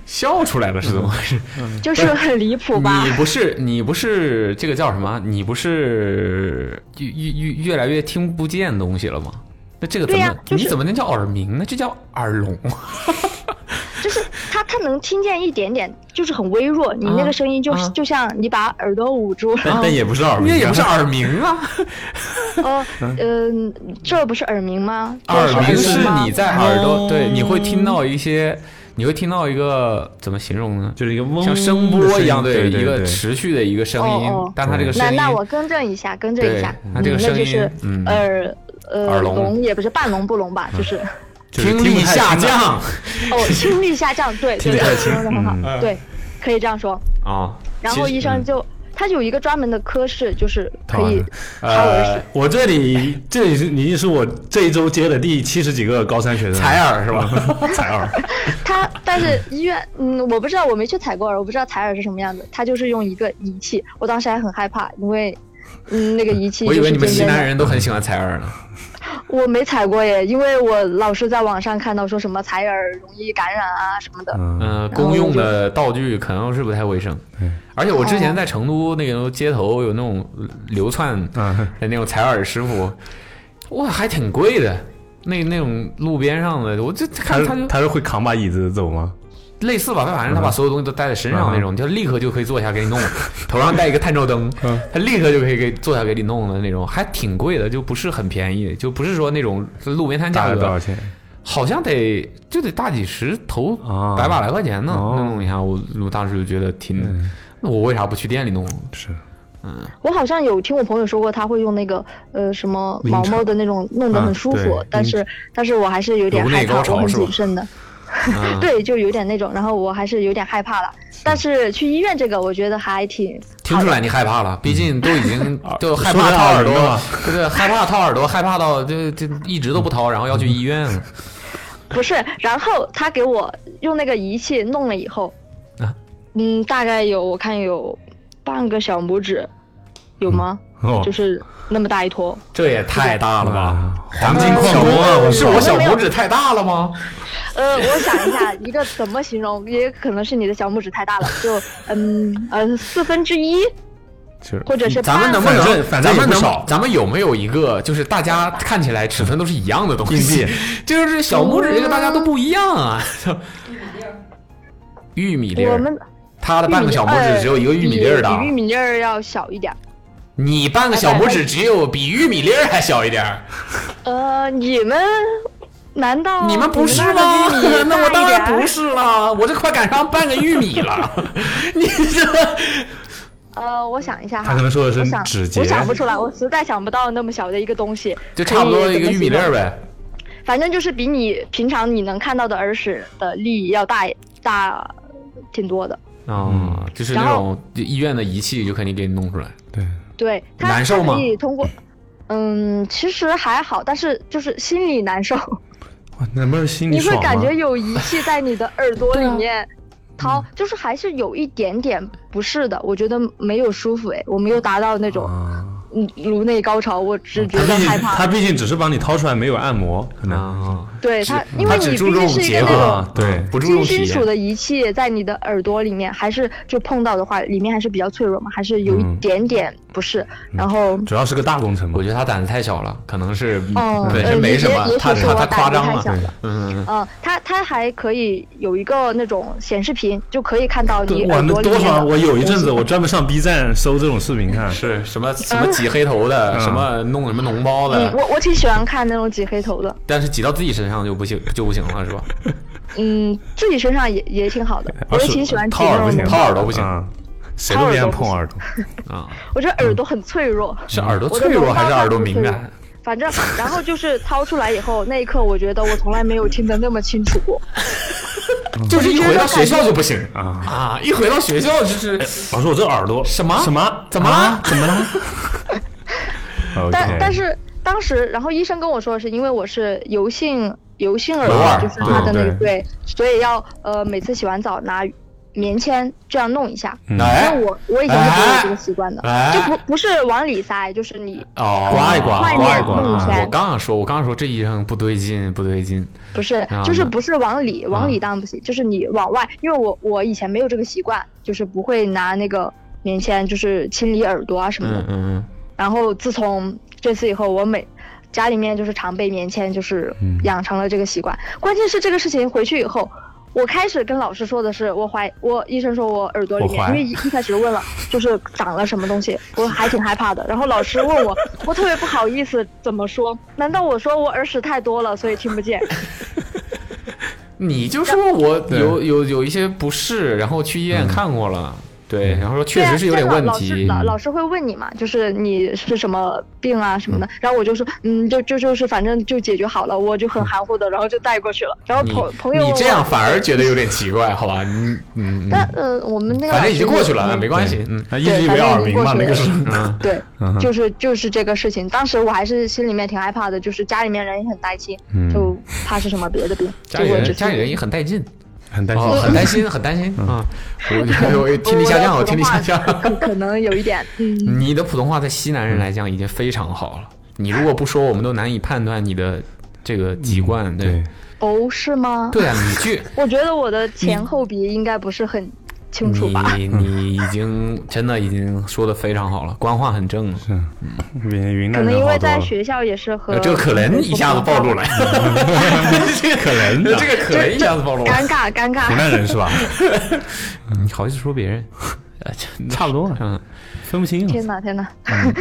B: 笑出来了是怎么回事？
E: 就是很离谱吧
B: 你？不是你不是这个叫什么？你不是越越越越来越听不见东西了吗？那这个怎
E: 对
B: 么、
E: 呀就是
B: 你怎么能叫耳鸣呢？这叫耳聋。
E: 就是他他能听见一点点，就是很微弱，你那个声音就、
B: 啊啊
E: 就像你把耳朵捂住，
D: 但但也不是耳鸣，
B: 那也不是耳鸣啊，
E: 哦，嗯、这不是耳鸣吗？这
B: 耳
E: 是
B: 鸣
E: 鸣
B: 是
E: 吗
B: 你在耳朵，
D: 哦
B: 对，你会听到一些，你会听到一个怎么形容呢？
D: 就是一个嗡
B: 像
D: 的声
B: 声
D: 音，
B: 波一样，
D: 嗯对对
B: 一个
D: 对
B: 持续的一个声音
E: 哦哦，
B: 但它这个
E: 那
B: 声音，
E: 那我更正一下，更正一下
B: 对，那
E: 嗯
B: 这个
E: 那
B: 声
E: 就
B: 音
E: 是
B: 嗯
E: 耳呃
B: 耳聋嗯
E: 也不是半聋不聋吧，就是
D: 就是
B: 听
D: 听
B: 力
D: 不太
B: 下
D: 清了
B: 降
E: 哦听力下降，对对
D: 不太
E: 对，
D: 清
E: 形容的很好，对，可以这样说。
B: 啊。
E: 然后
B: 嗯其实
E: 医生就他有一个专门的科室，就是可
D: 掏耳
E: 以
D: 屎
E: 掏耳
B: 呃
E: 屎。，
D: 呃我这里这里是已经是我这一周接的第七十几个高三学生了，啊
E: 啊
B: 采耳是吧？
E: 哦
D: 采耳，
E: 他但是医院，嗯，我不知道，我没去采过耳，我不知道采耳是什么样子。他就是用一个仪器，我当时还很害怕，因为。嗯，那个仪器
B: 我以
E: 就
B: 为
E: 是
B: 你们
E: 尖
B: 西
E: 尖
B: 南
E: 的，
B: 人都很喜欢采耳呢。
E: 我没采过耶，因为我老是在网上看到说什么采耳容易感染啊什么的，
D: 嗯，
B: 嗯，公用的道具可能是不太卫生。而且我之前在成都那个街头有那种流窜
D: 嗯
B: 的那种采耳师傅，哇，还挺贵的。那那种路边上的，我就
D: 他
B: 看
D: 是
B: 他就
D: 他是会扛把椅子走吗？
B: 类似吧，反正
D: 嗯
B: 他把所有东西都带在身上那种，他立刻就可以坐下给你弄， 头上戴一个探照灯，
D: 嗯
B: 他立刻就可以给坐下给你弄的那种，还挺贵的，就不是很便宜，就不是说那种路边摊
D: 大
B: 价
D: 概多
B: 格
D: 少，钱？
B: 好像得就得大几十头
D: 啊
B: 百把来块钱呢，
D: 哦嗯
B: 那弄一下，我我当时就觉得挺，那我为啥不去店里弄？
D: 是
E: 我好像有听我朋友说过，他会用那个呃什么
D: 晕
E: 毛
D: 车
E: 毛的那种，弄得
D: 啊
E: 很舒
D: 对
E: 服，但
D: 晕
E: 是但是我还是有点
B: 颅
E: 害
B: 内
E: 怕，
B: 高潮
E: 我很
B: 是吧啊
E: 谨慎的。 对，就有点那种，然后我还是有点害怕了。但是去医院这个，我觉得还挺
B: 听出来你害怕了，毕竟都已 经就害怕
D: 嗯啊
B: 掏
D: 说到
B: 耳
D: 耳朵
B: 朵
D: 了，
B: 对对，害怕掏耳朵，害怕到就就一直都不掏，然后要
D: 嗯
B: 去医院了
E: 不是。然后他给我用那个仪器弄了以后，
B: 啊
E: 嗯，大概有我看有半个小拇指，有
B: 嗯
E: 吗？
D: 哦
E: 就，是那么大一坨，
B: 这也太大了吧！黄金
D: 矿
B: 小
D: 工啊我
B: 是
E: 操
B: 我小拇指太大了吗？
E: 呃，我想一下，一个怎么形容，也可能是你的小拇指太大了，就嗯呃四分之一，
D: 就是
E: 或者是
B: 咱们
E: 半
B: 能
E: 个
B: 不能
D: 反正反正
B: 咱
D: 也
B: 们
D: 不
B: 能
D: 少
B: 咱们有没有一个就是大家看起来尺寸都是一样的东西
D: 硬币？
B: 就是小拇指这个大家都不一样 啊！ 玉米粒
E: 我
B: 儿，
E: 们
B: 他的
E: 玉
B: 半
E: 米
B: 个
E: 粒
B: 小拇
E: 呃
B: 指只有一个玉米粒儿大
E: 比，比玉米粒儿要小一点儿。
B: 你半个小拇指只有比玉米粒儿还小一点
E: 哦
B: 儿。
E: 呃，你们难道
B: 你们不是
E: 那
B: 吗
E: 个玉 米？
B: 那我当然
E: 大一点儿
B: 不。是了，我这快赶上半个玉米 了。 你这
E: 呃，我想一下哈，
D: 他可能说的是
E: 我想
D: 指节
E: 我想不出来，我实在想不到那么小的一个东西，
B: 就差不多
E: 可以
B: 一个玉米粒儿。呗。
E: 反正就是比你平常你能看到的耳屎的粒要大大挺多的。
B: 啊，就是那
E: 然
B: 种就医院的仪器就可以给你弄出来。
D: 对，
E: 对，它
B: 难受吗
E: 它可以通过，嗯，其实还好，但是就是心里难受，
D: 哇，那不是心里
E: 你会
D: 爽吗？
E: 感觉有仪器在你的耳朵里面
B: 嗯
E: 掏，就是还是有一点点不适的，我觉得没有舒服哎，我没有达到那种
D: 啊，
E: 嗯颅内高潮，我
B: 嗯
E: 只觉
D: 他
E: 得
D: 毕竟
E: 害怕。
D: 他毕竟只是帮你掏出来，没有按摩，可能
B: 啊，
E: 对
B: 只
E: 它，因为
B: 它
E: 你
B: 只
E: 毕
B: 注重
E: 竟是一
B: 结
E: 个
B: 果
E: 那
D: 啊
E: 种。
D: 对
B: 不注
E: 金
B: 重体
E: 金属
B: 验。
E: 的仪器在你的耳朵里面，还是就碰到的话，里面还是比较脆弱嘛，还是有一
D: 嗯
E: 点点不适。
B: 嗯
E: 然后
D: 主要是个大工程嘛
B: 我。觉得他胆子太小了，可能是
E: 哦
B: 本
E: 呃
B: 身没
E: 也
B: 什么
E: 也，
B: 他
E: 也许是
B: 他
E: 我
B: 他
E: 胆
B: 夸
E: 子
B: 张
E: 太小
B: 了。
E: 了
B: 嗯，
E: 嗯，它它还可以有一个那种显示屏，就可以看到你
D: 对哇，
E: 耳
D: 那
E: 朵里
D: 多
E: 面
D: 爽啊！
E: 的。
D: 我有一阵子我专门上 B 站搜这种视频看，
B: 是什么什么挤黑头的，
D: 嗯
B: 什么弄什么脓包
E: 嗯，
B: 的，
E: 我我挺喜欢看那种挤黑头的，
B: 但是挤到自己身上就不行就不行了，是吧？
E: 嗯，自己身上也也挺好
D: 哎
E: 的，
D: 啊
E: 我也挺喜欢挤
D: 掏
E: 那
D: 耳
E: 种
D: 不行，
E: 的。
B: 掏耳朵不行
D: 啊，谁都别想碰耳朵。
B: 啊，
E: 我觉得
D: 嗯
E: 耳朵很脆弱，
B: 是耳朵
E: 我
B: 脆
E: 的
B: 弱
E: 脓
B: 还是
E: 包
B: 耳朵
E: 很脆
B: 敏
E: 弱
B: 感？
E: 反正，然后就是掏出来以后，那一刻我觉得我从来没有听得那么清楚过。
B: 就是一回到学校就不行
D: 啊
B: 啊！一回到学校就是
D: 老师，我这耳朵
B: 什么
D: 什么
B: 怎么了
D: 啊怎么 了？
E: 但
D: OK
E: 但是当时，然后医生跟我说的是，因为我是油性油性耳
B: 耳朵
E: 朵，就是它的那个
D: 嗯
E: 对，所以要呃每次洗完澡拿棉签这样弄一下。
B: 哎
E: 那我我已经是没有这个习惯的，
B: 哎
E: 就不不是往里塞，就是你
B: 哦，
D: 刮一刮
E: 外
D: 刮一
E: 面
D: 刮
E: 弄一
D: 啊
E: 圈，
B: 我刚刚说，我刚刚说这医生不对劲，不对劲。
E: 不是
B: 啊，
E: 就是
B: 那
E: 不是往里，
B: 啊
E: 往里当然不行，就是你往外，因为我我以前没有这个习惯，就是不会拿那个棉签，就是清理耳朵啊什么的。
B: 嗯嗯
E: 然后自从这次以后，我每家里面就是常备棉签，就是
D: 嗯
E: 养成了这个习惯。关键是这个事情回去以后。我开始跟老师说的是，我怀我医生说我耳朵里
D: 我
E: 面，
D: 怀
E: 因为一一开始 问了就是长了什么东西，我还挺害怕的。然后老师问我，我特别不好意思，怎么说？难道我说我耳屎太多了，所以听不见？
B: 嗯，你就说我
D: 对
B: 有有有一些不适，然后去医院看过了，对，然后说确
E: 对啊
B: 实是有点
E: 这样
B: 问
E: 老
B: 题。
E: 老师老老师会问你嘛，就是你是什么病啊什么的，然后我就说，嗯，就就就是反正就解决好了，我就很含糊的，然后就带过去了。然后
B: 嗯你
E: 朋朋友
B: 你
E: 问
B: 这
E: 我
B: 样反而觉得有点奇怪，好吧？你嗯， 嗯
E: 但呃，我们那个
B: 反
E: 老
B: 正
E: 师
B: 已经过去了，
E: 也
B: 没关系。嗯，
D: 那一直以为耳鸣嘛，那个是
B: 嗯
E: 对，就是就是这个事情，当时我还是心里面挺害怕的，就是家里面人也很担心，就怕是什么别的病，
B: 嗯家
E: 结
B: 里
E: 果只
B: 人
E: 是
B: 家里人也很带劲，
D: 很担
B: 哦，很
D: 心。
B: 担心，很担心啊！我我听力下降，我听力下降。
E: 可可能有一点，嗯，
B: 你的普通话在西南人来讲已经非常好了，你如果不说，我们都难以判断你的这个籍贯。对
D: 对，
E: 哦，是吗？
B: 嗯对啊，你去
E: 我觉得我的前后鼻应该不是很清楚吧？
B: 你你已经真的已经说的非常好了，官话很正了。啊
D: 比云
E: 可
D: 南
E: 能
D: 人
E: 因
D: 好
E: 为
D: 多
E: 在
D: 了。
E: 学校也是和
B: 呃这个可能一下子暴 露了，这个可能，这 个可能一下子暴露了
E: 尴。尬尴
D: 湖
E: 尬。
D: 南人是吧？
B: 你好意思说别 人？呃差不多了，嗯，
D: 分不清。
E: 天哪天哪！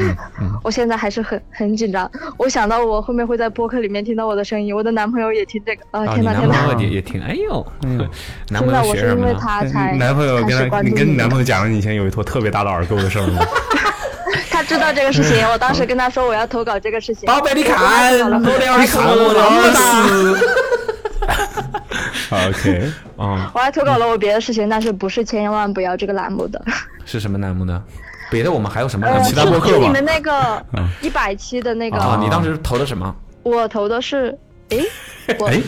E: 我现在还是很很紧张，我想到我后面会在播客里面听到我的声音，我的男朋友也听这个，啊
B: 啊，
E: 天
B: 你
E: 哪
B: 男
E: 天哪！
B: 朋友也也挺，哎呦， 男
E: 真
B: 朋
E: 的，
B: 友
E: 我
B: 学啊
E: 是
B: 什
E: 因
B: 么
E: 为
B: 呢？
E: 他才
D: 男朋友
E: 开
D: 跟
E: 始
D: 他，
E: 关
D: 你
E: 注
D: 跟你男
E: 的
D: 朋友讲了你以前有一坨特别大的耳垢的事儿吗？
E: 他知道这个事情，我当时跟他说我要投稿这个事情，
B: 宝贝，你看，我 的耳
D: 看我的
B: 耳
D: 啊 OK，
B: 嗯，
E: 我还投稿了我别的事情，但是不是千万不要这个栏目的。
B: 是什么栏目呢？别的我们还有什么栏
E: 呃，
B: 目？
D: 其他 播客
E: 是
D: 吧
E: 你们那 个一百期的那
B: 啊，
E: 个，
B: 你当时投的什么？
E: 我投的是， 诶，我哦
D: 哎，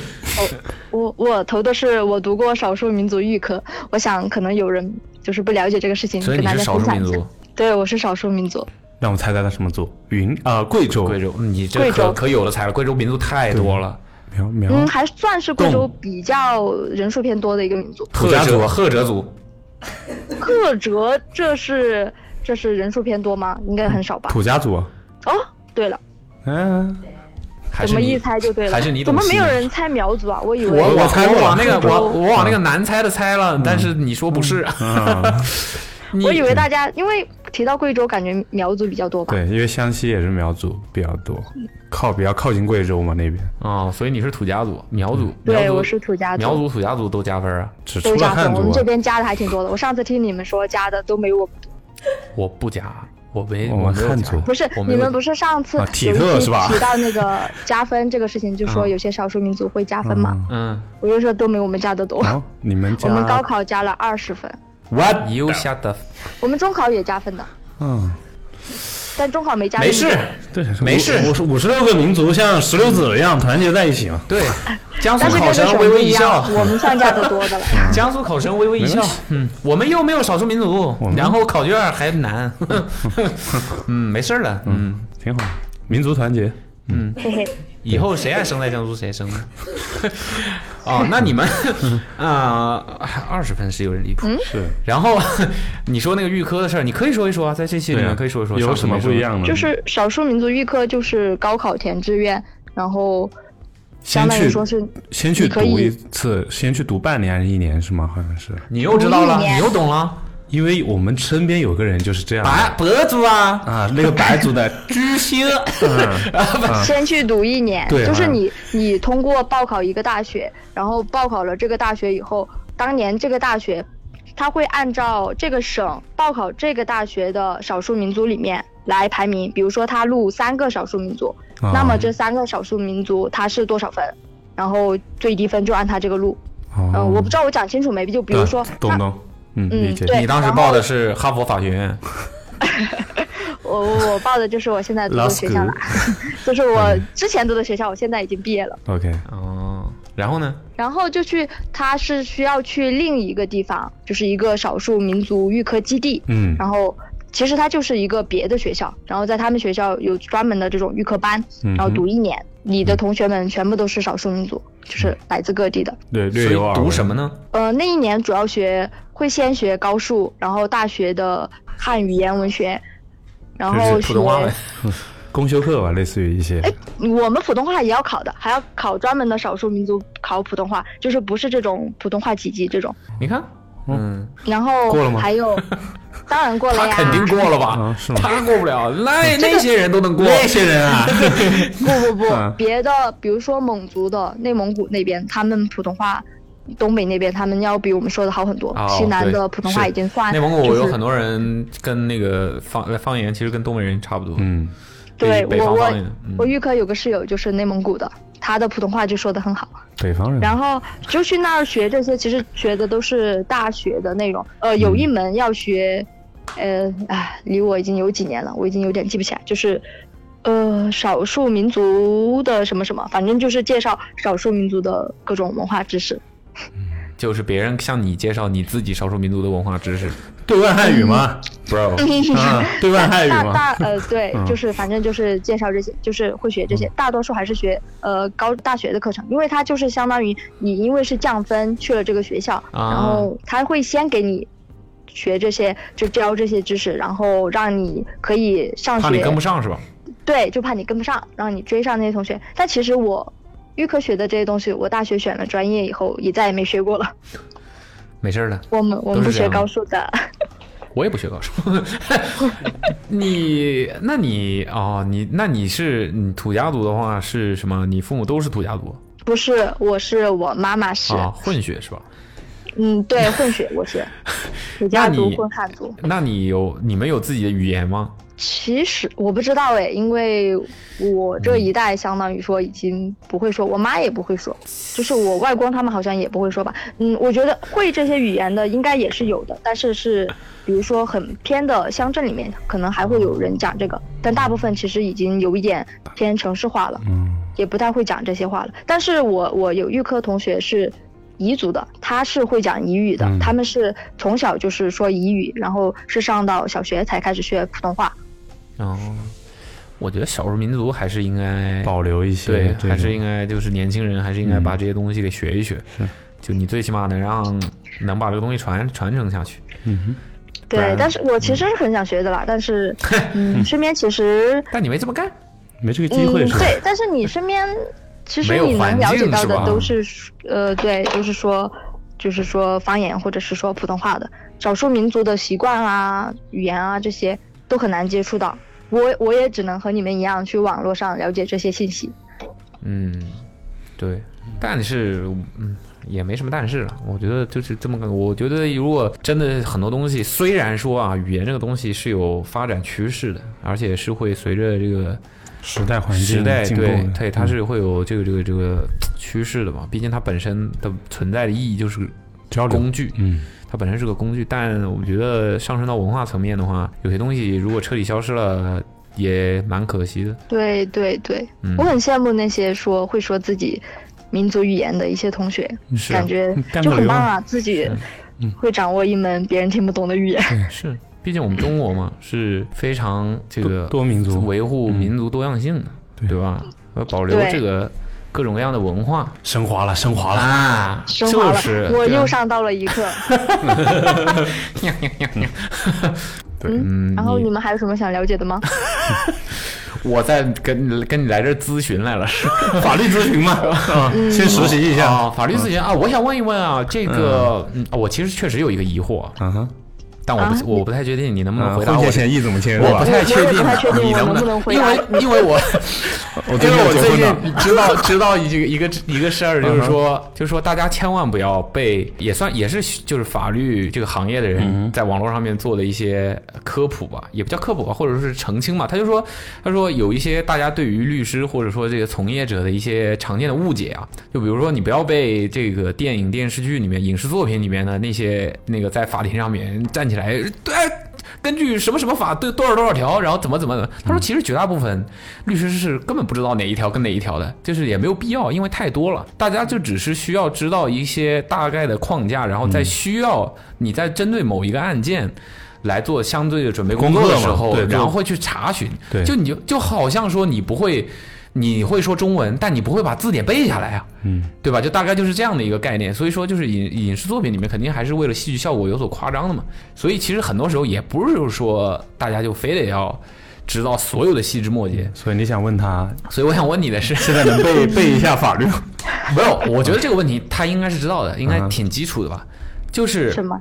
E: 我我投的是我读过少数民族预科，我想可能有人就是不了解这个事情，
B: 所以
E: 跟
B: 你
E: 嗯大
B: 是
E: 家
B: 少
E: 分
B: 数民
E: 享一下
B: 族。，
E: 对，我是少数民族，
D: 让我猜猜他什么族？云啊，贵州，
B: 贵州，嗯你这
E: 贵
B: 可
E: 州
B: 可有的猜了，贵州民族太多了，
D: 苗苗
E: 嗯，还算是贵州
D: 动
E: 比较人数偏多的一个民族。
B: 赫
D: 土家族
B: 哲赫哲族，
E: 克哲，这是这是人数偏多吗？应该很少吧。
B: 嗯
D: 土家族啊，
E: 哦，对了，
D: 嗯，
B: 还
E: 怎
B: 是
E: 么
B: 你
E: 一猜就对了？
B: 还是你懂
E: 怎么
B: 西
E: 没有
B: 语
E: 人猜苗族啊？我以为
B: 我
D: 我猜过了嗯
B: 往那个
E: 贵州
B: 我我往那个难猜的猜了，但是你说不是，啊
D: 嗯
B: 你
E: 我以为大家因为提到贵州，感觉苗族比较多吧？嗯
D: 对，因为湘西也是苗族比较多，靠比较靠近贵州嘛那边，
B: 哦，所以你是土家族、苗
D: 嗯
B: 族，
E: 对
B: 苗族
E: 我是土家族
B: 苗族、土家族都加分啊，
D: 只除
E: 都
D: 了
E: 加
D: 汉
E: 分，我
D: 族
E: 们
D: 啊
E: 这，边加的还挺多的。我上次听你们说加的都没我们多，
B: 我不加，我没
D: 我
B: 没有
D: 哦汉
B: 加
D: 族
E: 不是
B: 我没有
E: 你们不是上次
D: 啊
E: 有
D: 体
E: 一
D: 特
E: 期
D: 是吧
E: 提到那个加分这个事情，就说
B: 嗯
E: 有些少数民族会加分嘛，
B: 嗯，
E: 我就说都没我们加的多。
D: 哦，你们
E: 我
D: 家
E: 们高考加了二十分，
D: what？
B: you shut the
E: 我们中考也加分的，
D: 嗯，
E: 但中考没加分。
B: 没事，
D: 对，
B: 没事
D: 五十五十六个民族像石榴籽一样团结在一起嘛。
B: 对，江苏
E: 但是
B: 考
E: 跟这
B: 生
E: 省
B: 微
E: 不
B: 微
E: 一
B: 一笑嗯
E: 样，，我们算加的多的了。
B: 江苏考生微微一笑
D: 没问，
B: 嗯，我们又没有少数民族
D: 我，们
B: 然后考卷还 难， 嗯，没事儿了，嗯。
D: 挺好，民族团结。
E: 嘿嘿，
B: 以后谁爱生在江苏谁生。 哦，那你们啊，二十分是有点离谱。
D: 嗯是，
B: 然后 你说那个预科的事儿，你可以说一说啊，在这期里
D: 对啊
B: 面可以说一说，
D: 有什么不一？样呢？
E: 就是少数民族预科就是高考填志愿，然后
D: 先
E: 相当于
D: 去
E: 说是
D: 先去
E: 你可
D: 读
E: 以
D: 一次，先去读半年还是一年是吗？好像是，
B: 你又知道了，
E: 你
B: 你又懂了，
D: 因为我们身边有个人就是这样
B: 白
D: 的
B: 博主 啊，
D: 啊，那个白族 的，
B: 知心。啊
D: 嗯
E: 先去读一年，
D: 啊对啊
E: 就是
D: 好像
E: 你你通过报考一个大学，然后报考了这个大学以后，当年这个大学，它会按照这个省报考这个大学的少数民族里面来排名，比如说它录三个少数民族，
D: 啊
E: 那么这三个少数民族它是多少分，然后最低分就按它这个录。嗯、
D: 哦
E: 我不知道我讲清楚没，就比如说
D: 啊
E: 那
D: 懂懂，嗯，
E: 嗯
D: 理解。
E: 对
B: 你当时报的是哈佛法学院，
E: 我呃我报的就是我现在读的
D: Law 嗯
E: 学校了， 就是我之前读的学校，我现在已经毕业了。
D: OK，
B: 哦，然后呢？
E: 然后就去，他是需要去另一个地方，就是一个少数民族预科基地。
D: 嗯
E: 然后其实它就是一个别的学校，然后在他们学校有专门的这种预科班，
D: 嗯哼
E: 然后读一年。你的同学们全部都是少数民族，就是来自各地的。
D: 对，
B: 所
D: 略
B: 以
D: 有耳
B: 读
D: 闻
B: 什么呢？
E: 呃，那一年主要学会先学高数，然后大学的汉语言文学，然后
B: 就是
E: 学
B: 普通话呗。
D: 公修课吧，类似于一些，
E: 我们普通话也要考的，还要考专门的少数民族考普通话，就是不是这种普通话几级这种。
B: 你看，嗯，
E: 然后
D: 过了吗
E: 还有，当然过
B: 他
E: 了呀，
B: 肯定过了吧
D: 啊？是吗
B: 他过不了，那那些人都能过，
D: 那些人 啊，
E: 不不不，
D: 嗯
E: 别的比如说蒙族的内蒙古那边，他们普通话，东北那边他们要比我们说的好很多。
B: 哦
E: 西南
B: 对
E: 的普通话
B: 是
E: 已经算
B: 内蒙古有很
E: 多。
B: 多人跟那个方方言，其实跟东北人差不多。
D: 嗯，
E: 对
B: 北
E: 我
B: 方
E: 我
B: 方言嗯
E: 我预科有个室友就是内蒙古的，他的普通话就说的很好。
D: 北方人，
E: 然后就去那儿学这些，其实学的都是大学的内容。呃，有一门要学，呃，哎，离我已经有几年了，我已经有点记不起来，就是，呃，少数民族的什么什么，反正就是介绍少数民族的各种文化知识。
B: 就是别人向你介绍你自己少数民族的文化知识
D: 对外汉语吗？
B: ，bro，
D: 啊，对外汉语
E: 大
D: 吗？
E: 大呃，对，
B: 嗯
E: 就是反正就是介绍这些，就是会学这些，大多数还是学呃高大学的课程，因为它就是相当于你因为是降分去了这个学校，
B: 啊
E: 然后他会先给你学这些，就教这些知识，然后让你可以上学，
B: 怕你跟不上是吧？
E: 对，就怕你跟不上，让你追上那些同学。但其实我预科学的这些东西，我大学选了专业以后，也再也没学过了。
B: 没事儿的，
E: 我们我们
B: 都
E: 不
B: 是这
E: 学
B: 样
E: 高数的，
B: 我也不学高数。 你，那你哦，你那你是你土家族的话是什么？你父母都是土家族
E: 不是，我是我妈妈是，
B: 啊，混血是吧？
E: 嗯，对，混血我 是，土
B: 那
E: 家族
B: 你
E: 混汉族。
B: 那你有你们有自己的语言吗？
E: 其实我不知道哎，因为我
B: 嗯
E: 这一代相当于说已经不会说，我妈也不会说，就是我外公他们好像也不会说吧。嗯，我觉得会这些语言的应该也是有的，但是是比如说很偏的乡镇里面，可能还会有人讲这个，但大部分其实已经有一点偏城市化了，
D: 嗯
E: 也不太会讲这些话了。但是我我有预科同学是彝族的，他是会讲彝语的，
D: 嗯
E: 他们是从小就是说彝语，然后是上到小学才开始学普通话。
B: 哦，我觉得少数民族还是应该
D: 保留一些
B: 对
D: 这，种，
B: 还是应该就是年轻人还是应该
D: 嗯
B: 把这些东西给学一学。
D: 是
B: 就你最起码能让能把这个东西传传承下去。
D: 嗯
E: 对
B: 然，
E: 但是我其实是很想学的啦，但是，嗯，身边其实，
B: 但你没这么干，
D: 哼，没这个机
E: 嗯，
D: 会是吧？
E: 对，但是你 身边其
B: 没
E: 实
B: 有
E: 你
B: 环
E: 能了解
B: 境
E: 到
B: 是吧
E: 的都是，呃，对，都是说，就是说方言或者是说普通话的，少数民族的习惯啊、语言啊这些都很难接触到。我我也只能和你们一样去网络上了解这些信息。
B: 嗯，对，但是嗯也没什么但是了。我觉得就是这么个，我觉得如果真的很多东西，虽然说啊，语言这个东西是有发展趋势的，而且是会随着这个
D: 时代环境
B: 时代
D: 进步
B: 对
D: 的
B: 对，它是会有这个这个这个趋势的嘛。毕竟它本身的存在的意义就是
D: 交流
B: 工具，
D: 嗯，
B: 它本身是个工具，但我觉得上升到文化层面的话，有些东西如果彻底消失了，也蛮可惜的。
E: 对对对，
B: 嗯
E: 我很羡慕那些说会说自己民族语言的一些同学，
D: 嗯
B: 是啊
E: 感，觉
D: 干
E: 就
D: 个
E: 很
D: 流
E: 棒啊，自己
B: 嗯
E: 会掌握一门别人听不懂的 语言。
B: 是，毕竟我们中国 嘛，是非常这个
D: 多多民族
B: 维护民族多样性的，
D: 对
B: 对吧？要保留
E: 对
B: 这个各种各样的文化
D: 升华了，升华了。
B: 啊，
E: 升华
B: 就
E: 了，
B: 是
E: 我
B: 对啊
E: 又上到了一课。
B: 对，嗯，
E: 然后你们还有什么想了解的吗？
B: 我在跟你跟你来这儿咨询来了， 是吧
D: 法律咨询嘛，啊
E: 嗯
D: 先实习一下。
B: 啊，哦法律咨询啊，我想问一问啊，这个，嗯，啊我其实确实有一个疑惑，
D: 嗯哼，
B: 但我不我不太确定你能不能回答
D: 婚
B: 我
D: 前
B: 这个
D: 协议怎么啊签是
B: 我不
D: 吧？
B: 太
E: 啊我
B: 确
E: 也
B: 定啊
E: 不太确定
B: 你
E: 我
B: 能
E: 能不能回答
B: 因为因为我
D: 我
B: 因
D: 最近
B: 为
D: 要
B: 我
D: 结
B: 最
D: 婚的，
B: 近知道 知道一个一个一个事儿，就是
D: 嗯
B: 说就是说大家千万不要被也算也是就是法律这个行业的
D: 嗯
B: 人在网络上面做的一些科普吧，也不叫科普吧，或者是澄清吧。他就说他说有一些大家对于律师或者说这个从业者的一些常见的误解啊，就比如说你不要被这个电影电视剧里面影视作品里面的那些那个在法庭上面站起来对。根据什么什么法对多少多少条，然后怎么怎么怎么。他说，
D: 嗯
B: 其实绝大部分律师是根本不知道哪一条跟哪一条的，就是也没有必要，因为太多了。大家就只是需要知道一些大概的框架，然后
D: 嗯
B: 再需要你在针对某一个案件。来做相对的准备工作的时
D: 工
B: 候
D: 作嘛，对
B: 然后会去查询，
D: 对
B: 就你就就好像说你不会，你会说中文，但你不会把字典背下来啊，
D: 嗯，
B: 对吧？就大概就是这样的一个概念。所以说，就是影影视作品里面肯定还是为了戏剧效果有所夸张的嘛。所以其实很多时候也不是就是说大家就非得要知道所有的细枝末节。
D: 所以你想问他，
B: 所以我想问你的是，
D: 现在能背背一下法律吗？
B: 没有？我觉得这个问题他应该是知道的，应该挺基础的吧？就是
E: 什么？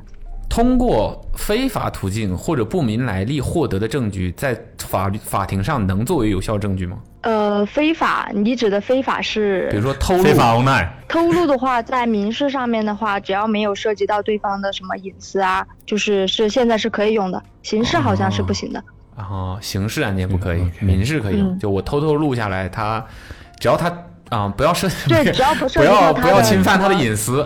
B: 通过非法途径或者不明来历获得的证据，在法律法庭上能作为有效证据吗？
E: 呃，非法，你指的非法
B: 比如
E: 是
B: 说偷录
D: 非法 online，
E: 偷录的话，在民事上面的话，只要没有涉及到对方的什么隐私啊，就是是现在是可以用的，刑事好像是不行的。
B: 啊，刑事案件不可以
D: 嗯，，OK
B: 民事可以用。
E: 嗯
B: 就我偷偷录下来，他只要他啊、不要涉
E: 对只要不涉
B: 不
E: 及
B: 要
E: 到
B: 不
E: 他
B: 要
E: 的
B: 侵犯
E: 什
B: 他的
E: 么
B: 隐私。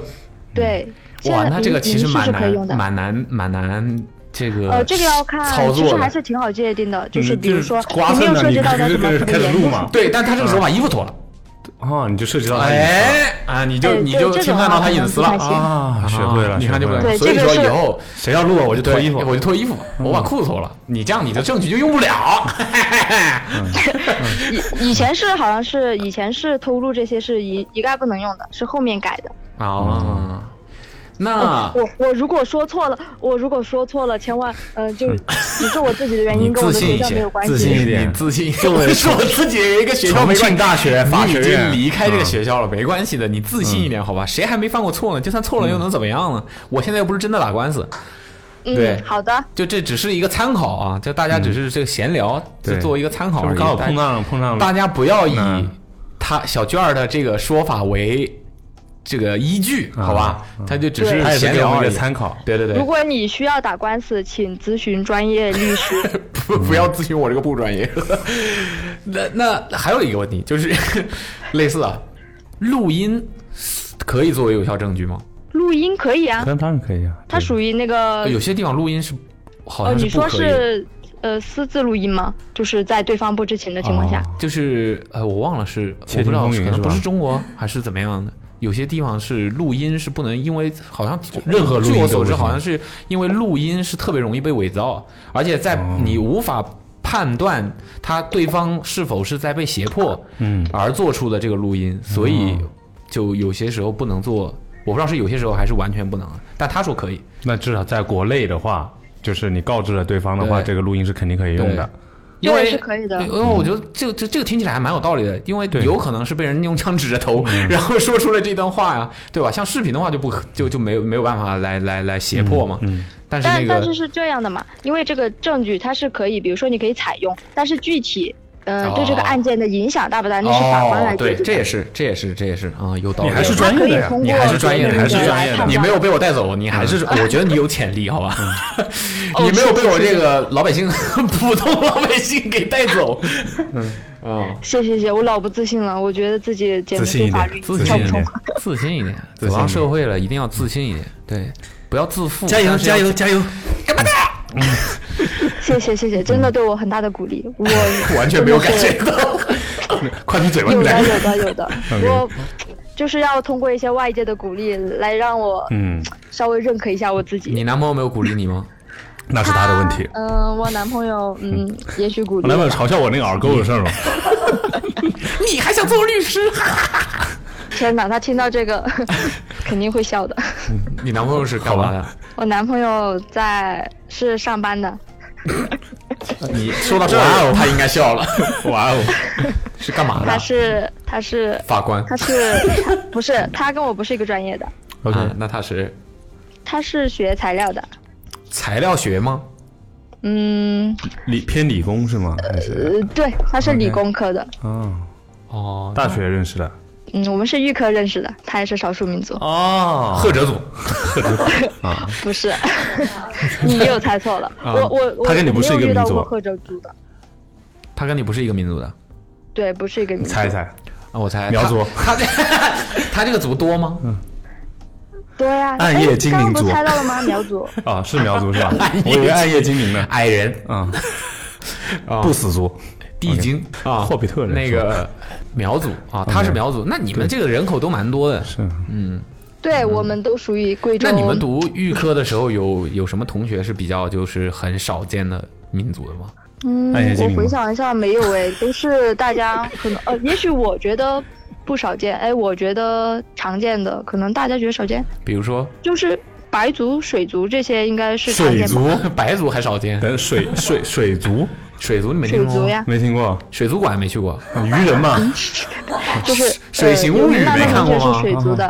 E: 对，现
B: 哇，
E: 在
B: 那
E: 民
B: 这个其实
E: 民事
B: 蛮
E: 是可以用
B: 难，
E: 的。
B: 蛮难，蛮难。这个
E: 呃，这个要看
B: 操，
E: 其实
B: 作
E: 还
B: 的。
E: 是挺好界定的，就是
D: 嗯
E: 比如说
D: 就是刮
E: 你没
D: 蹭
E: 有
D: 的
E: 涉及
D: 你
E: 到他什
D: 就
E: 么
D: 是
E: 特别
D: 开始
E: 严
D: 录
E: 重
D: 嘛，
B: 对，但他这个时候把衣服脱了，
D: 哦，你就涉及到他隐私了
B: 哎啊，你就
E: 哎
B: 你
E: 对
B: 就
E: 这
B: 侵
E: 种
B: 犯到
E: 话
B: 他
E: 可
B: 隐
E: 能
B: 私
E: 不
B: 了
E: 太行
B: 啊。
D: 啊，学会了，
B: 你看就
D: 学
B: 不
D: 会
E: 对
D: 了
B: 所以
E: 这个
B: 说
E: 是
B: 以后
D: 谁要录啊，我就脱
B: 对
D: 衣服。
B: 我就脱衣服，我把裤子脱了，你这样你的证据就用不了。
E: 以以前是好像是
D: 嗯
E: 以前是偷录这些是一一概不能用的，是后面改的。
B: 啊，那
E: 哦我我如果说错了，我如果说错了，千万呃，就只是我自己的原
B: 嗯你
E: 因，跟我
B: 自
E: 的
B: 信
E: 对
B: 一
E: 象没
B: 些
E: 有关，系。
B: 自信一点，
D: 你
B: 你自信。
D: 作为
B: 是我自己一个学校，
D: 重
B: 没关
D: 庆
B: 系
D: 大学法
B: 你
D: 学
B: 已经
D: 院
B: 离开这个
D: 嗯
B: 学校了，没关系的，你自信一点，好吧？谁还没犯过错呢？就算错了
D: 嗯
B: 又能怎么样呢？我现在又不是真的打官司，对
E: 嗯，好的，
B: 就这只是一个参考啊，就大家只是这个闲聊，就
D: 嗯对
B: 作为一个参考
D: 就
B: 而
D: 是
B: 已。
D: 刚好
B: 大
D: 碰上碰上
B: 大
D: 了，
B: 家不要以
D: 嗯
B: 他小娟儿的这个说法为这个依据，好吧？他就只是
E: 对
D: 啊他也是
B: 闲
D: 给我
B: 聊
D: 们
B: 而
D: 一
B: 已
D: 个。参考。
B: 对对对
E: 如，果你需要打官司，请咨询专业律师。
B: 不不要咨询我这个不专业。嗯那那还有一个问题就是 类似啊，录音可以作为有效证据吗？
E: 录音可以啊，
D: 那当然可以啊，
E: 它属于那个
B: 有些地方录音是哎好
E: 哦，
B: 像
E: 呃你
B: 不
E: 说
B: 可以的。
E: 是呃私自录音吗？就是在对方不知情的情况下，
B: 哦就是呃，我忘了是我
D: 窃
B: 不
D: 听
B: 知道，
D: 风
B: 可
D: 云
B: 能
D: 是吧
B: 不是中国还是怎么样的。有些地方是录音是不能，因为好像
D: 任何录音
B: 据我
D: 都
B: 所
D: 不
B: 知，
D: 行
B: 好像是因为录音是特别容易被伪造，啊而且在
D: 哦
B: 你无法判断他对方是否是在被胁迫
D: 嗯
B: 而做出的这个录音，所以
D: 哦
B: 就有些时候不能做。我不知道是有些时候还是完全不能，啊但他说可以。
D: 那至少在国内的话，就是你告知了对方的话，
B: 对
D: 这个录音是肯定可以用的。
B: 因为
E: 对是可以的
B: 因
D: 嗯
B: 为我觉得这个这这个听起来还蛮有道理的，因为有可能是被人用枪指着头，
D: 嗯
B: 然后说出了这段话呀，对吧？像视频的话就不可就就没有没有办法来来来胁迫嘛。
D: 嗯，
B: 但是
E: 但
B: 那
E: 但
B: 个
E: 是是这样的嘛，因为这个证据它是可以，比如说你可以采用，但是具体呃、
B: 哦
E: 对这个案件的影响大不大，那是法官来
B: 对，
E: 决定。
B: 这也是这也是这也是啊、有道理。
D: 你还是
E: 他
D: 专业
E: 可
D: 的
E: 以
D: 呀
E: 通过
B: 你还是专业的，
E: 这
B: 你
E: 个
B: 还是
E: 来
B: 专业的，
E: 判
B: 你
E: 断
B: 没有被我带走，你还是我觉得你有潜力，好吧？ 你没有被我这个老百姓 普通老百姓给带走。 嗯啊，
E: 谢谢谢，我老不自信了，我觉得自己简直
D: 自信一
E: 对法
D: 点
E: 律
D: 自信
E: 跳不
D: 一
E: 出
D: 点。
B: 自信一点，
D: 自信一点
B: 走上社会了一定要自信一点，对，不要自负，
D: 加油
B: 但是要
D: 加油加油！
E: 谢谢谢谢，
D: 嗯
E: 真的对我很大的 鼓励，我
B: 完全没有感觉到，快闭嘴吧
E: 有
B: 你
E: 的
B: 俩！
E: 有的有的
D: OK，
E: 我就是要通过一些外界的鼓励来让我
D: 嗯，
E: 稍微认可一下我自己。
B: 你男朋友没有鼓励你吗？
D: 那是他的问题。
E: 嗯、我男朋友，嗯，也许鼓
D: 我
E: 励
D: 男朋
E: 我
D: 友嘲笑我那个耳沟的事儿吗？
B: 你还想做律师？
E: 天哪，他听到这 个肯定会笑的。
B: 你男朋友是干嘛的？
E: 我男朋友在是上班的，
B: 你说到这儿，哦他应该笑了。 哇哦，是干嘛
E: 他
B: 的？
E: 是他是
B: 法官。啊
E: 他是他不是他跟我不是一个专业的，
D: OK
B: 啊那他是
E: 他是学材料的。
B: 材料学吗？
E: 嗯，
D: 理偏理工是吗？还是
E: 呃，对，他是理工科的。
D: 啊？
B: 哦，
D: 大学认识的
E: 嗯，我们是预科认识的，他也是少数民族，
D: 哦
B: 贺哲总，
E: 不是。 你又猜错了，我我我
D: 啊他跟你不是一
E: 我没
D: 个
E: 有遇到
D: 民族啊
E: 过贺州族的，
B: 他跟你不是一个民族的啊？
E: 对，不是一个民族。
D: 猜一猜，
B: 我猜
D: 苗族嗯
B: 他 这他这个族多吗？
E: 对呀、啊，
D: 暗夜精灵
E: 刚刚不
D: 族
E: 猜到了吗？ 苗族。
D: 啊，是苗族是 吧？
E: 哎
D: 我以为暗夜精灵呢。
B: 矮人、
D: 啊，
E: 哦
B: 啊
D: 不死族，
B: 地精啊，
D: 霍比特人
B: 那个苗族啊，他是苗族。那你们这个人口都蛮多的，
D: 是
E: 对，
D: 嗯
E: 我们都属于贵州。
B: 那你们读预科的时候有，有什么同学是比较就是很少见的民族的吗？
E: 嗯
D: 暗夜精，灵
E: 我回
D: 吗
E: 想一下，没有哎，都是大家可能 呃，也许我觉得不少见，哎，我觉得常见的，可能大家觉得少见，
B: 比如说
E: 就是白族、水族这些应该是常
D: 水
E: 见吧。
D: 族，
B: 白族还少见，
D: 等呃水水水族
B: 水族你没听
E: 水
B: 说
E: 族
B: 过？
E: 呀，
D: 没听过，
B: 水族馆没去过
D: 啊鱼人
E: 嗯
D: 嘛，
E: 就是
B: 水水形物语没看过吗
E: 呃有名的那种就是水族的，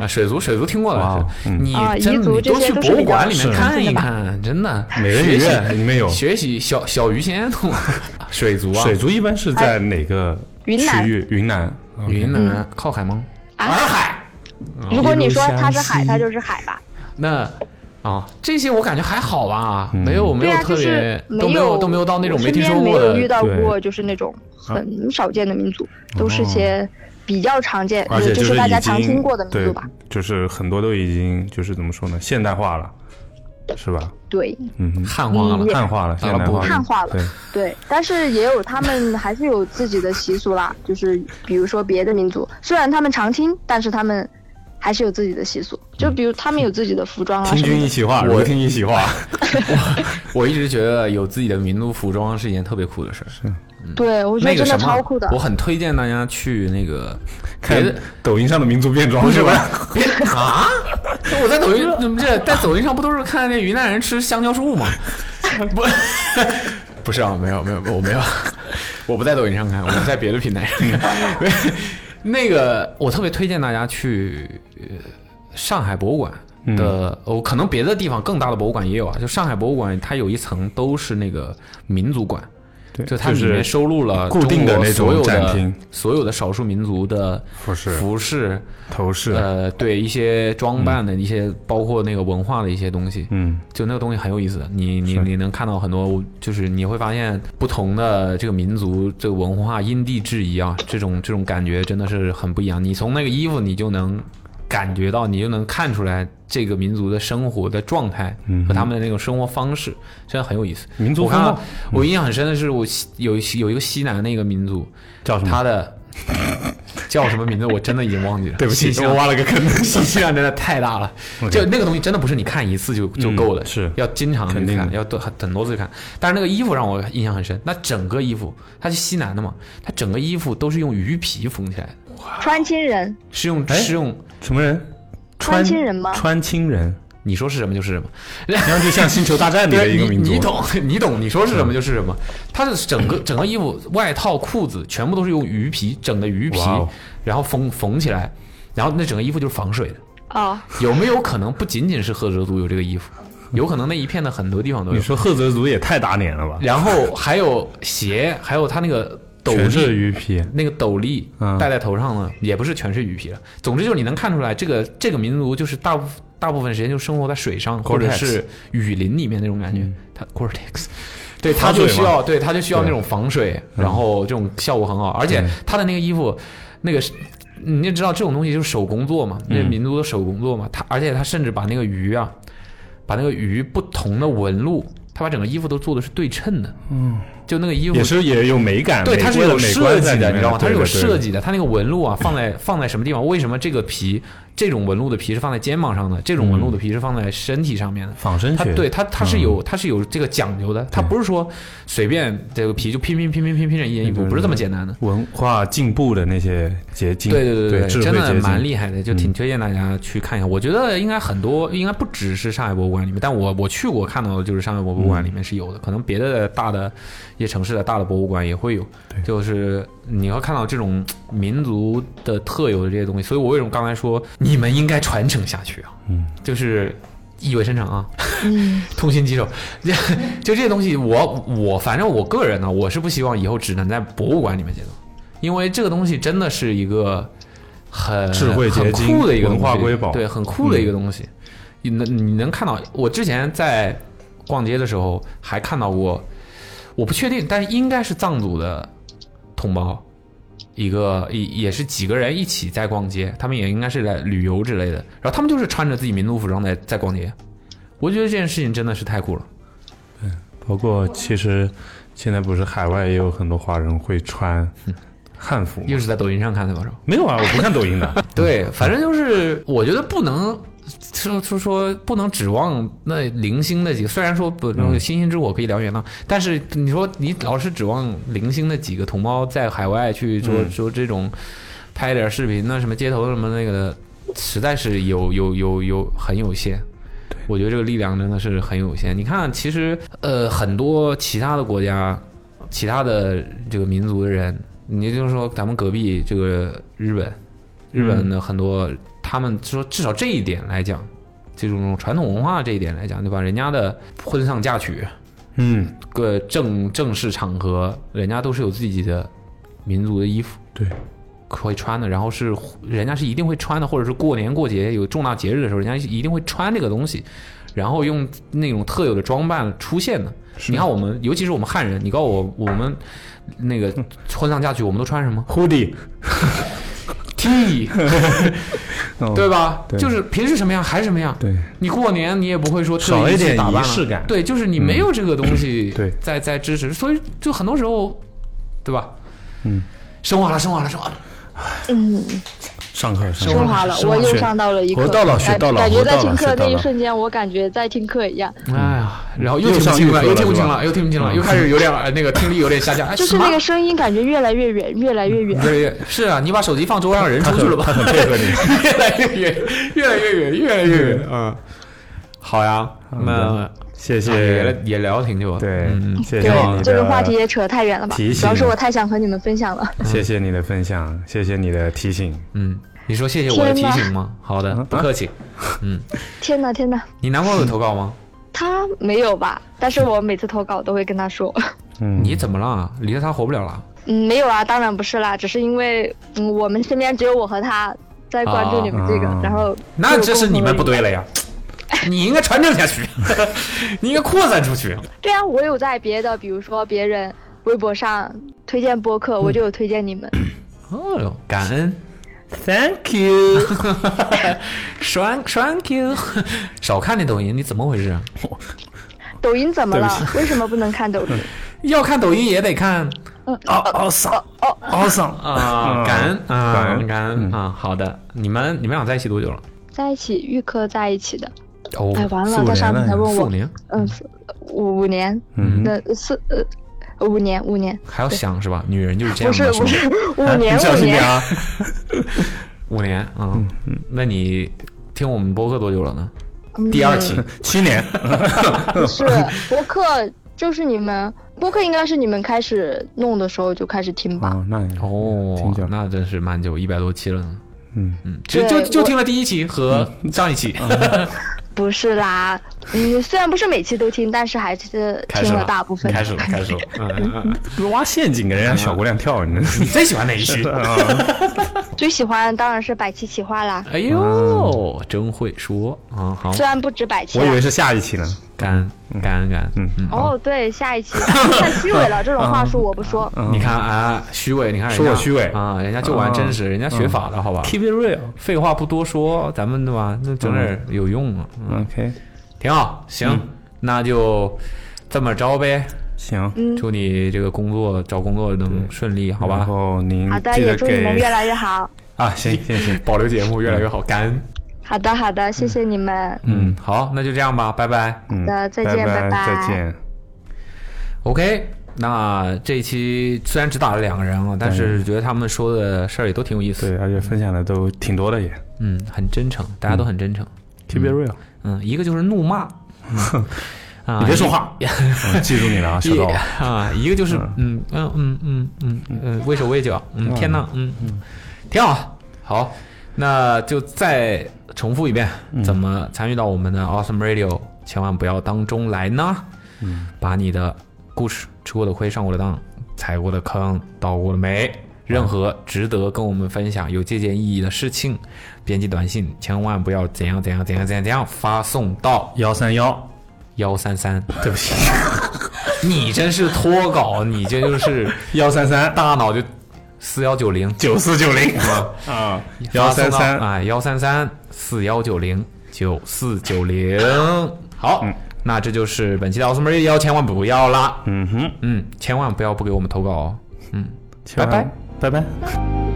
B: 啊，水族水族听过
D: 哇
B: 了
D: 哦，
B: 是
D: 嗯
B: 你
E: 啊彝
B: 真
E: 族
B: 你
E: 这
B: 都
E: 些
B: 去
E: 都
B: 博
E: 是
B: 物
E: 比较
B: 馆里面
D: 是
B: 看一看，真的
D: 美人
B: 学
D: 鱼
B: 习
D: 里面有
B: 学习小小鱼仙， 懂吗水族啊，
D: 水族一般是在哪个
E: 哎云南嗯
D: 区域？云南，
B: 云
D: OK。
B: 南靠海吗？洱海。
E: 啊 如果你说它是
D: 一路向
E: 海，
D: 西
E: 它就是海吧。
B: 那啊，这些我感觉还好吧，没有没
E: 对
B: 有
E: 啊，
B: 特
E: 就是
B: 别都没
E: 有
B: 都没有到那种
E: 我
B: 没
E: 身
B: 听
E: 边
B: 说
E: 没
B: 过
E: 有
B: 的啊
E: 遇到
D: 对
E: 过就是那种很少见的民族，
B: 哦
E: 都是些比较常见，
D: 而且
E: 就
D: 已经
E: 大家常听过的民族
D: 对
E: 吧。，
D: 就是很多都已经就是怎么说呢，现代化了，是吧？
E: 对
D: 嗯，
B: 汉化了
E: 嗯。也
D: 汉化了，
B: 啊
D: 现代化了，
E: 汉化了啊
D: 对，
E: 对，但是也有他 们还是有自己的习俗啦，就是比如说别的民族，虽然他们常听，但是他们还是有自己的习俗，
B: 嗯
E: 就比如他们有自己的服装啊
D: 听
E: 什
D: 君
E: 么
D: 一
E: 的。
D: 席话，
B: 我
D: 如听一席话。
B: 我一直觉得有自己的民族服装是一件特别酷的事儿，
E: 对，我觉
B: 那
E: 得
B: 个
E: 真
B: 什
E: 的
B: 么，
E: 超酷的
B: 我。很推荐大家去那个别嗯
D: 看
B: 的，
D: 抖音上的民族变装是吧？
B: 别啊， 我在抖音怎么这在抖音上不都是看那云南人吃香蕉树 吗？不，不是啊，没有没有，我没有，我不在抖音上看，我在别的平台上看。 没那个我特别推荐大家去呃上海博物馆
D: 嗯
B: 的，哦，可能别的地方更大的博物馆也有啊，就上海博物馆它有一层都是那个民族馆。
D: 对
B: 就它里面收录了
D: 固定的
B: 中国所
D: 那种
B: 有
D: 展厅
B: 所有的少数民族的
D: 服饰
B: 服饰、
D: 头饰，
B: 呃，对一些装扮的一些，包括那个文化的一些东西，
D: 嗯，
B: 就那个东西很有意思的。你你
D: 是
B: 你能看到很多，就是你会发现不同的这个民族这个文化因地制宜啊，这种这种感觉真的是很不一样。你从那个衣服，你就能感觉到，你就能看出来这个民族的生活的状态和他们的那种生活方式，真的很有意思。
D: 嗯民族
B: 我看
D: 风
B: 到我印象很深的是，我西有一有一个西南的一个民族，
D: 叫什么
B: 他的叫什么名字？我真的已经忘记了。
D: 对不起
B: 信息量
D: 我挖了个 坑
B: 信息量真的太大了。
D: OK
B: 就那个东西真的不是你看一次就就够了，
D: 嗯是
B: 要经常去
D: 肯定
B: 看，
D: 的
B: 要多很很多次去看。但是那个衣服让我印象很深，那整个衣服，它是西南的嘛，它整个衣服都是用鱼皮缝起来的，
E: 川青人，
B: 是用
D: 哎
B: 是用，
D: 什么人？
E: 川青人吗
D: 川青人，
B: 你说是什么就是什么。
D: 然后就像《星球大战》里的
B: 对，
D: 一个民族，嗯
B: 你你懂， 你懂，你说是什么就是什么。它的整 个整个衣服、外套、裤子全部都是用鱼皮整的鱼皮
D: 哇哦，
B: 然后缝缝起来，然后那整个衣服就是防水的。
E: 哦，
B: 有没有可能不仅仅是赫哲族有这个衣服？有可能那一片的很多地方都
D: 你
B: 有。
D: 说赫哲族也太打脸了吧？
B: 然后还有鞋，还有他那个斗
D: 全是
B: 笠，
D: 鱼皮，
B: 那个斗笠
D: 嗯
B: 戴在头上呢，也不是全是鱼皮了。总之就是你能看出来，这个这个民族就是大部大部分时间就生活在水上或者
D: Gore-Tex
B: 是雨林里面那种感觉。它 Gore-Tex，对，它
D: 嗯防
B: 就
D: 水
B: 需
D: 吗
B: 要对，它就需要
D: 对嗯
B: 那种防水，然后这种效果很好，而且它的那个衣服，那个是。你也知道这种东西就是手工做嘛，
D: 嗯
B: 那民族的手工做嘛。它而且它甚至把那个鱼啊，把那个鱼不同的纹路，它把整个衣服都做的是对称的。嗯，就那个衣服
D: 也是也有美感，
B: 对，
D: 美
B: 它是
D: 观
B: 有
D: 美
B: 设
D: 观在
B: 计
D: 里
B: 的，
D: 面
B: 你知道吗？它是有设。
D: 对对对
B: 计的，它那个纹路啊，放在 放在什么地方？为什么这个皮这种纹路的皮是放在肩膀上的？这种纹路的皮是放在身体上面的？
D: 仿生
B: 它
D: 学
B: 对它它是
D: 嗯
B: 有它是有这个讲究的，它不是说随便这个皮就拼拼拼拼拼拼着一人一步，不是这么简单的。
D: 文化进步的那些结晶，
B: 对对
D: 对
B: 对
D: 智慧
B: 真的
D: 结晶嗯
B: 蛮厉害的，就挺推荐大家去看一下。我觉得应该很多，应该不只是上海博物馆里面，但我我去过看到的就是上海博物
D: 嗯
B: 馆里面是有的，可能别的大的一些城市的大的博物馆也会有。就是你会看到这种民族的特有的这些东西，所以我为什么刚才说你们应该传承下去啊？嗯，就是意味深长啊，痛心疾首。 就这些东西我，我反正我个人呢，我是不希望以后只能在博物馆里面见到，因为这个东西真的是一个很
D: 智慧结晶
B: 很酷的一个东西
D: 文化瑰宝嗯
B: 对，很酷的一个东西。你能你能看到，我之前在逛街的时候还看到过，我不确定，但是应该是藏族的同胞，一个也也是几个人一起在逛街，他们也应该是在旅游之类的，然后他们就是穿着自己民族服装在在逛街，我觉得这件事情真的是太酷了。
D: 包括其实现在不是海外也有很多华人会穿汉服吗，
B: 又是在抖音上看的吧？是吧？
D: 没有啊？我不看抖音的，
B: 对，反正就是我觉得不能说说说不能指望那零星的几个，虽然说不那个星星之火可以燎原呐，啊但是你说你老是指望零星的几个同胞在海外去说说这种拍点视频那什么街头什么那个的，实在是有有有有很有限。我觉得这个力量真的是很有限。你看，其实呃，很多其他的国家，其他的这个民族的人，你就是说咱们隔壁这个日本，日
D: 嗯
B: 本的很多，他们说至少这一点来讲，这种传统文化这一点来讲，对吧？人家的婚丧嫁娶，
D: 嗯，
B: 各正正式场合，人家都是有自己的民族的衣服
D: 对，
B: 会穿的，然后是人家是一定会穿的，或者是过年过节有重大节日的时候，人家一定会穿这个东西，然后用那种特有的装扮出现的。你看我们，尤其是我们汉人，你告诉我我们那个婚丧嫁娶，我们都穿什么
D: hoodie，
B: ？T，
D: 哦
B: 对吧？
D: 对
B: 就是平时什么样还是什么样。
D: 对，
B: 你过年你也不会说特意
D: 少了一
B: 去
D: 点
B: 打扮
D: 仪
B: 了
D: 式感嗯
B: 对，就是你没有这个东西
D: 对
B: 在在支持，所以就很多时候，对吧？嗯，升华了，升华了，升华了。
E: 嗯，
D: 上课上
E: 升
D: 课。
E: 华了，
B: 升
E: 我
B: 华
E: 又
B: 学
E: 上到了一
B: 活
E: 课，
B: 到老学
E: 感
B: 到老
E: 感
B: 活
E: 觉在
B: 到
E: 听
B: 老学
E: 课
B: 到
E: 那一
B: 老
E: 瞬间，我感觉在听课一样，
B: 哎呀，然后又
D: 嗯又
B: 听不
D: 上
B: 清
D: 预
B: 了，
D: 科
B: 又
D: 了
B: 听不
D: 是
B: 清
D: 吧嗯
B: 了，又听不清了，又开始有点呃那个听力有点下 降。哎，
E: 就是
B: 什么
E: 那个声音感觉越来越远，越来 越远。
B: 对，是啊，你把手机放桌上，人出去了吧？
D: 他很配合
B: 越来越远，越来越远，越来越远。嗯，好呀，那
D: 谢
B: 啊也
D: 谢
B: 聊，也聊挺久了。
D: 对
B: 嗯，嗯
D: 谢谢你
E: 对，
D: 的
E: 这个话题也扯太远了吧？
D: 提
E: 主要是
D: 醒
E: 我太想和你们分享了。
D: 嗯谢谢你的分享，谢谢你的提醒。
B: 嗯，你说谢谢我的提
E: 天哪
B: 醒吗？好的，
D: 嗯
B: 不客气。
E: 天呐天呐，
B: 你男朋友有投稿吗？
E: 他没有吧？但是我每次投稿都会跟他说，
D: 嗯，
B: 你怎么了？离了他活不了了？
E: 嗯，没有啊，当然不是啦，只是因为嗯，我们身边只有我和他在关注你们这个，
D: 啊
E: 然后
B: 嗯那
E: 就
B: 这是
E: 共
B: 你
E: 同
B: 们
E: 了
B: 不对了 呀！你应该传承下 去，你应该扩散出去。
E: 对啊，我有在别的，比如说别人微博上推荐播
B: 嗯
E: 客，我就有推荐你们。
B: 哦哟，感恩。
D: Thank you。
B: Thank thank you，少看那抖音，你怎么回事？啊
E: 抖音怎么
D: 对
E: 了
D: 不起？
E: 为什么不能看抖
B: 嗯
E: 音？
B: 要看抖音也得看
D: 哦哦上哦哦上
B: 啊，感恩啊，
D: 感恩
B: 感恩
D: 嗯
B: 啊，好的，你们你们俩在一起多久了？
E: 在一起预科在一起的，
B: 哦
E: 哎，完
D: 四
E: 了，
D: 五
E: 他上
D: 年
E: 次
D: 了
E: 才问
B: 四五
E: 我，
B: 年，
E: 嗯，四五五年，
D: 嗯
E: 那四呃五年五年，
B: 还要想是吧？女人就是这样
E: 不是
B: 的，
E: 不
B: 吗？
E: 是五年
B: 你小
E: 五
B: 心点
E: 年，
B: 啊！五年啊，
D: 嗯
B: 那你听我们播客多久了呢？
D: 第二期七年，
E: 不嗯是播客，就是你们播客应该是你们开始弄的时候就开始听吧？
B: 嗯
D: 哦，那也挺
B: 哦
D: 久，，
B: 那真是蛮久，一百多期了呢。
D: 嗯
B: 嗯，其实就
E: 对
B: 就
E: 我
B: 听了第一期和上一期，
E: 不是啦，嗯，虽然不是每期都听，但是还是
B: 开始
E: 听
B: 了，
E: 大部分。
B: 开始了，开 始了。嗯嗯嗯，
D: 挖陷阱给人家小姑娘跳，你这
B: 你 最喜欢哪一期？
D: 嗯啊
E: 最喜欢当然是百期企划啦，
B: 哎呦，真会说啊！好，
E: 虽然不止百期
D: 我以为
E: 啦。
D: 是下一期呢。
B: 感恩感恩感恩。嗯
D: 嗯
B: 嗯，
E: 哦，对，下一 期太虚伪了，这种话术我不说。
B: 你看啊，虚伪，你看人家
D: 嗯说我虚伪嗯
B: 啊，人家就玩真实，人家学法的好吧？
D: Keep it real。
B: 废话不多说，咱们对吧？那整点有用啊，嗯
D: OK，
B: 挺好。行，
D: 嗯
B: 那就这么着呗。
D: 行，
E: 嗯
B: 祝你这个工作找工作能顺利，好
D: 然
B: 吧？
D: 后您
E: 好的，
D: 嗯记得
E: 也祝你们
D: 给
E: 越来越好。
D: 啊， 行行行，
B: 保留节目越来越好，感恩。
E: 好的，好的，谢谢你们。
B: 嗯，好，那就这样吧，拜拜。
D: 嗯，
E: 好的再见
D: 拜
E: 拜拜
D: 再见。
B: OK，那这一期虽然只打了两个人啊，但是觉得他们说的事儿也都挺有意思
D: 对，，而且分享的都挺多的也
B: 嗯，很真诚，大家都很真诚。
D: ，Keep it real。
B: 嗯，一个就是怒骂， 啊，
D: 你别说话， 我记住你了啊，小
B: 一
D: 豆。
B: 啊，一个就是嗯嗯嗯嗯嗯嗯，畏手畏脚，嗯，天呐，嗯嗯，挺好，好，那就再重复一遍，怎么参与到我们的 Awesome Radio？千万不要当中来呢，把你的故事、吃过的亏、上过的当、踩过的坑、倒过的霉，任何值得跟我们分享、有借鉴意义的事情，编辑短信，千万不要怎样怎样怎样怎样怎样发送到
D: 幺三幺，
B: 幺三三，对不起， 你真是脱稿，你这就是
D: 幺三三
B: 大脑就四幺九零
D: 九四九零 啊，幺三三
B: 啊，幺三三四幺九零九四九零。好，那这就是本期的奥斯曼幺，千万不要啦，
D: 嗯哼，
B: 嗯，千万不要不给我们投稿哦，嗯。
D: 千万
B: 拜拜，
D: 拜拜。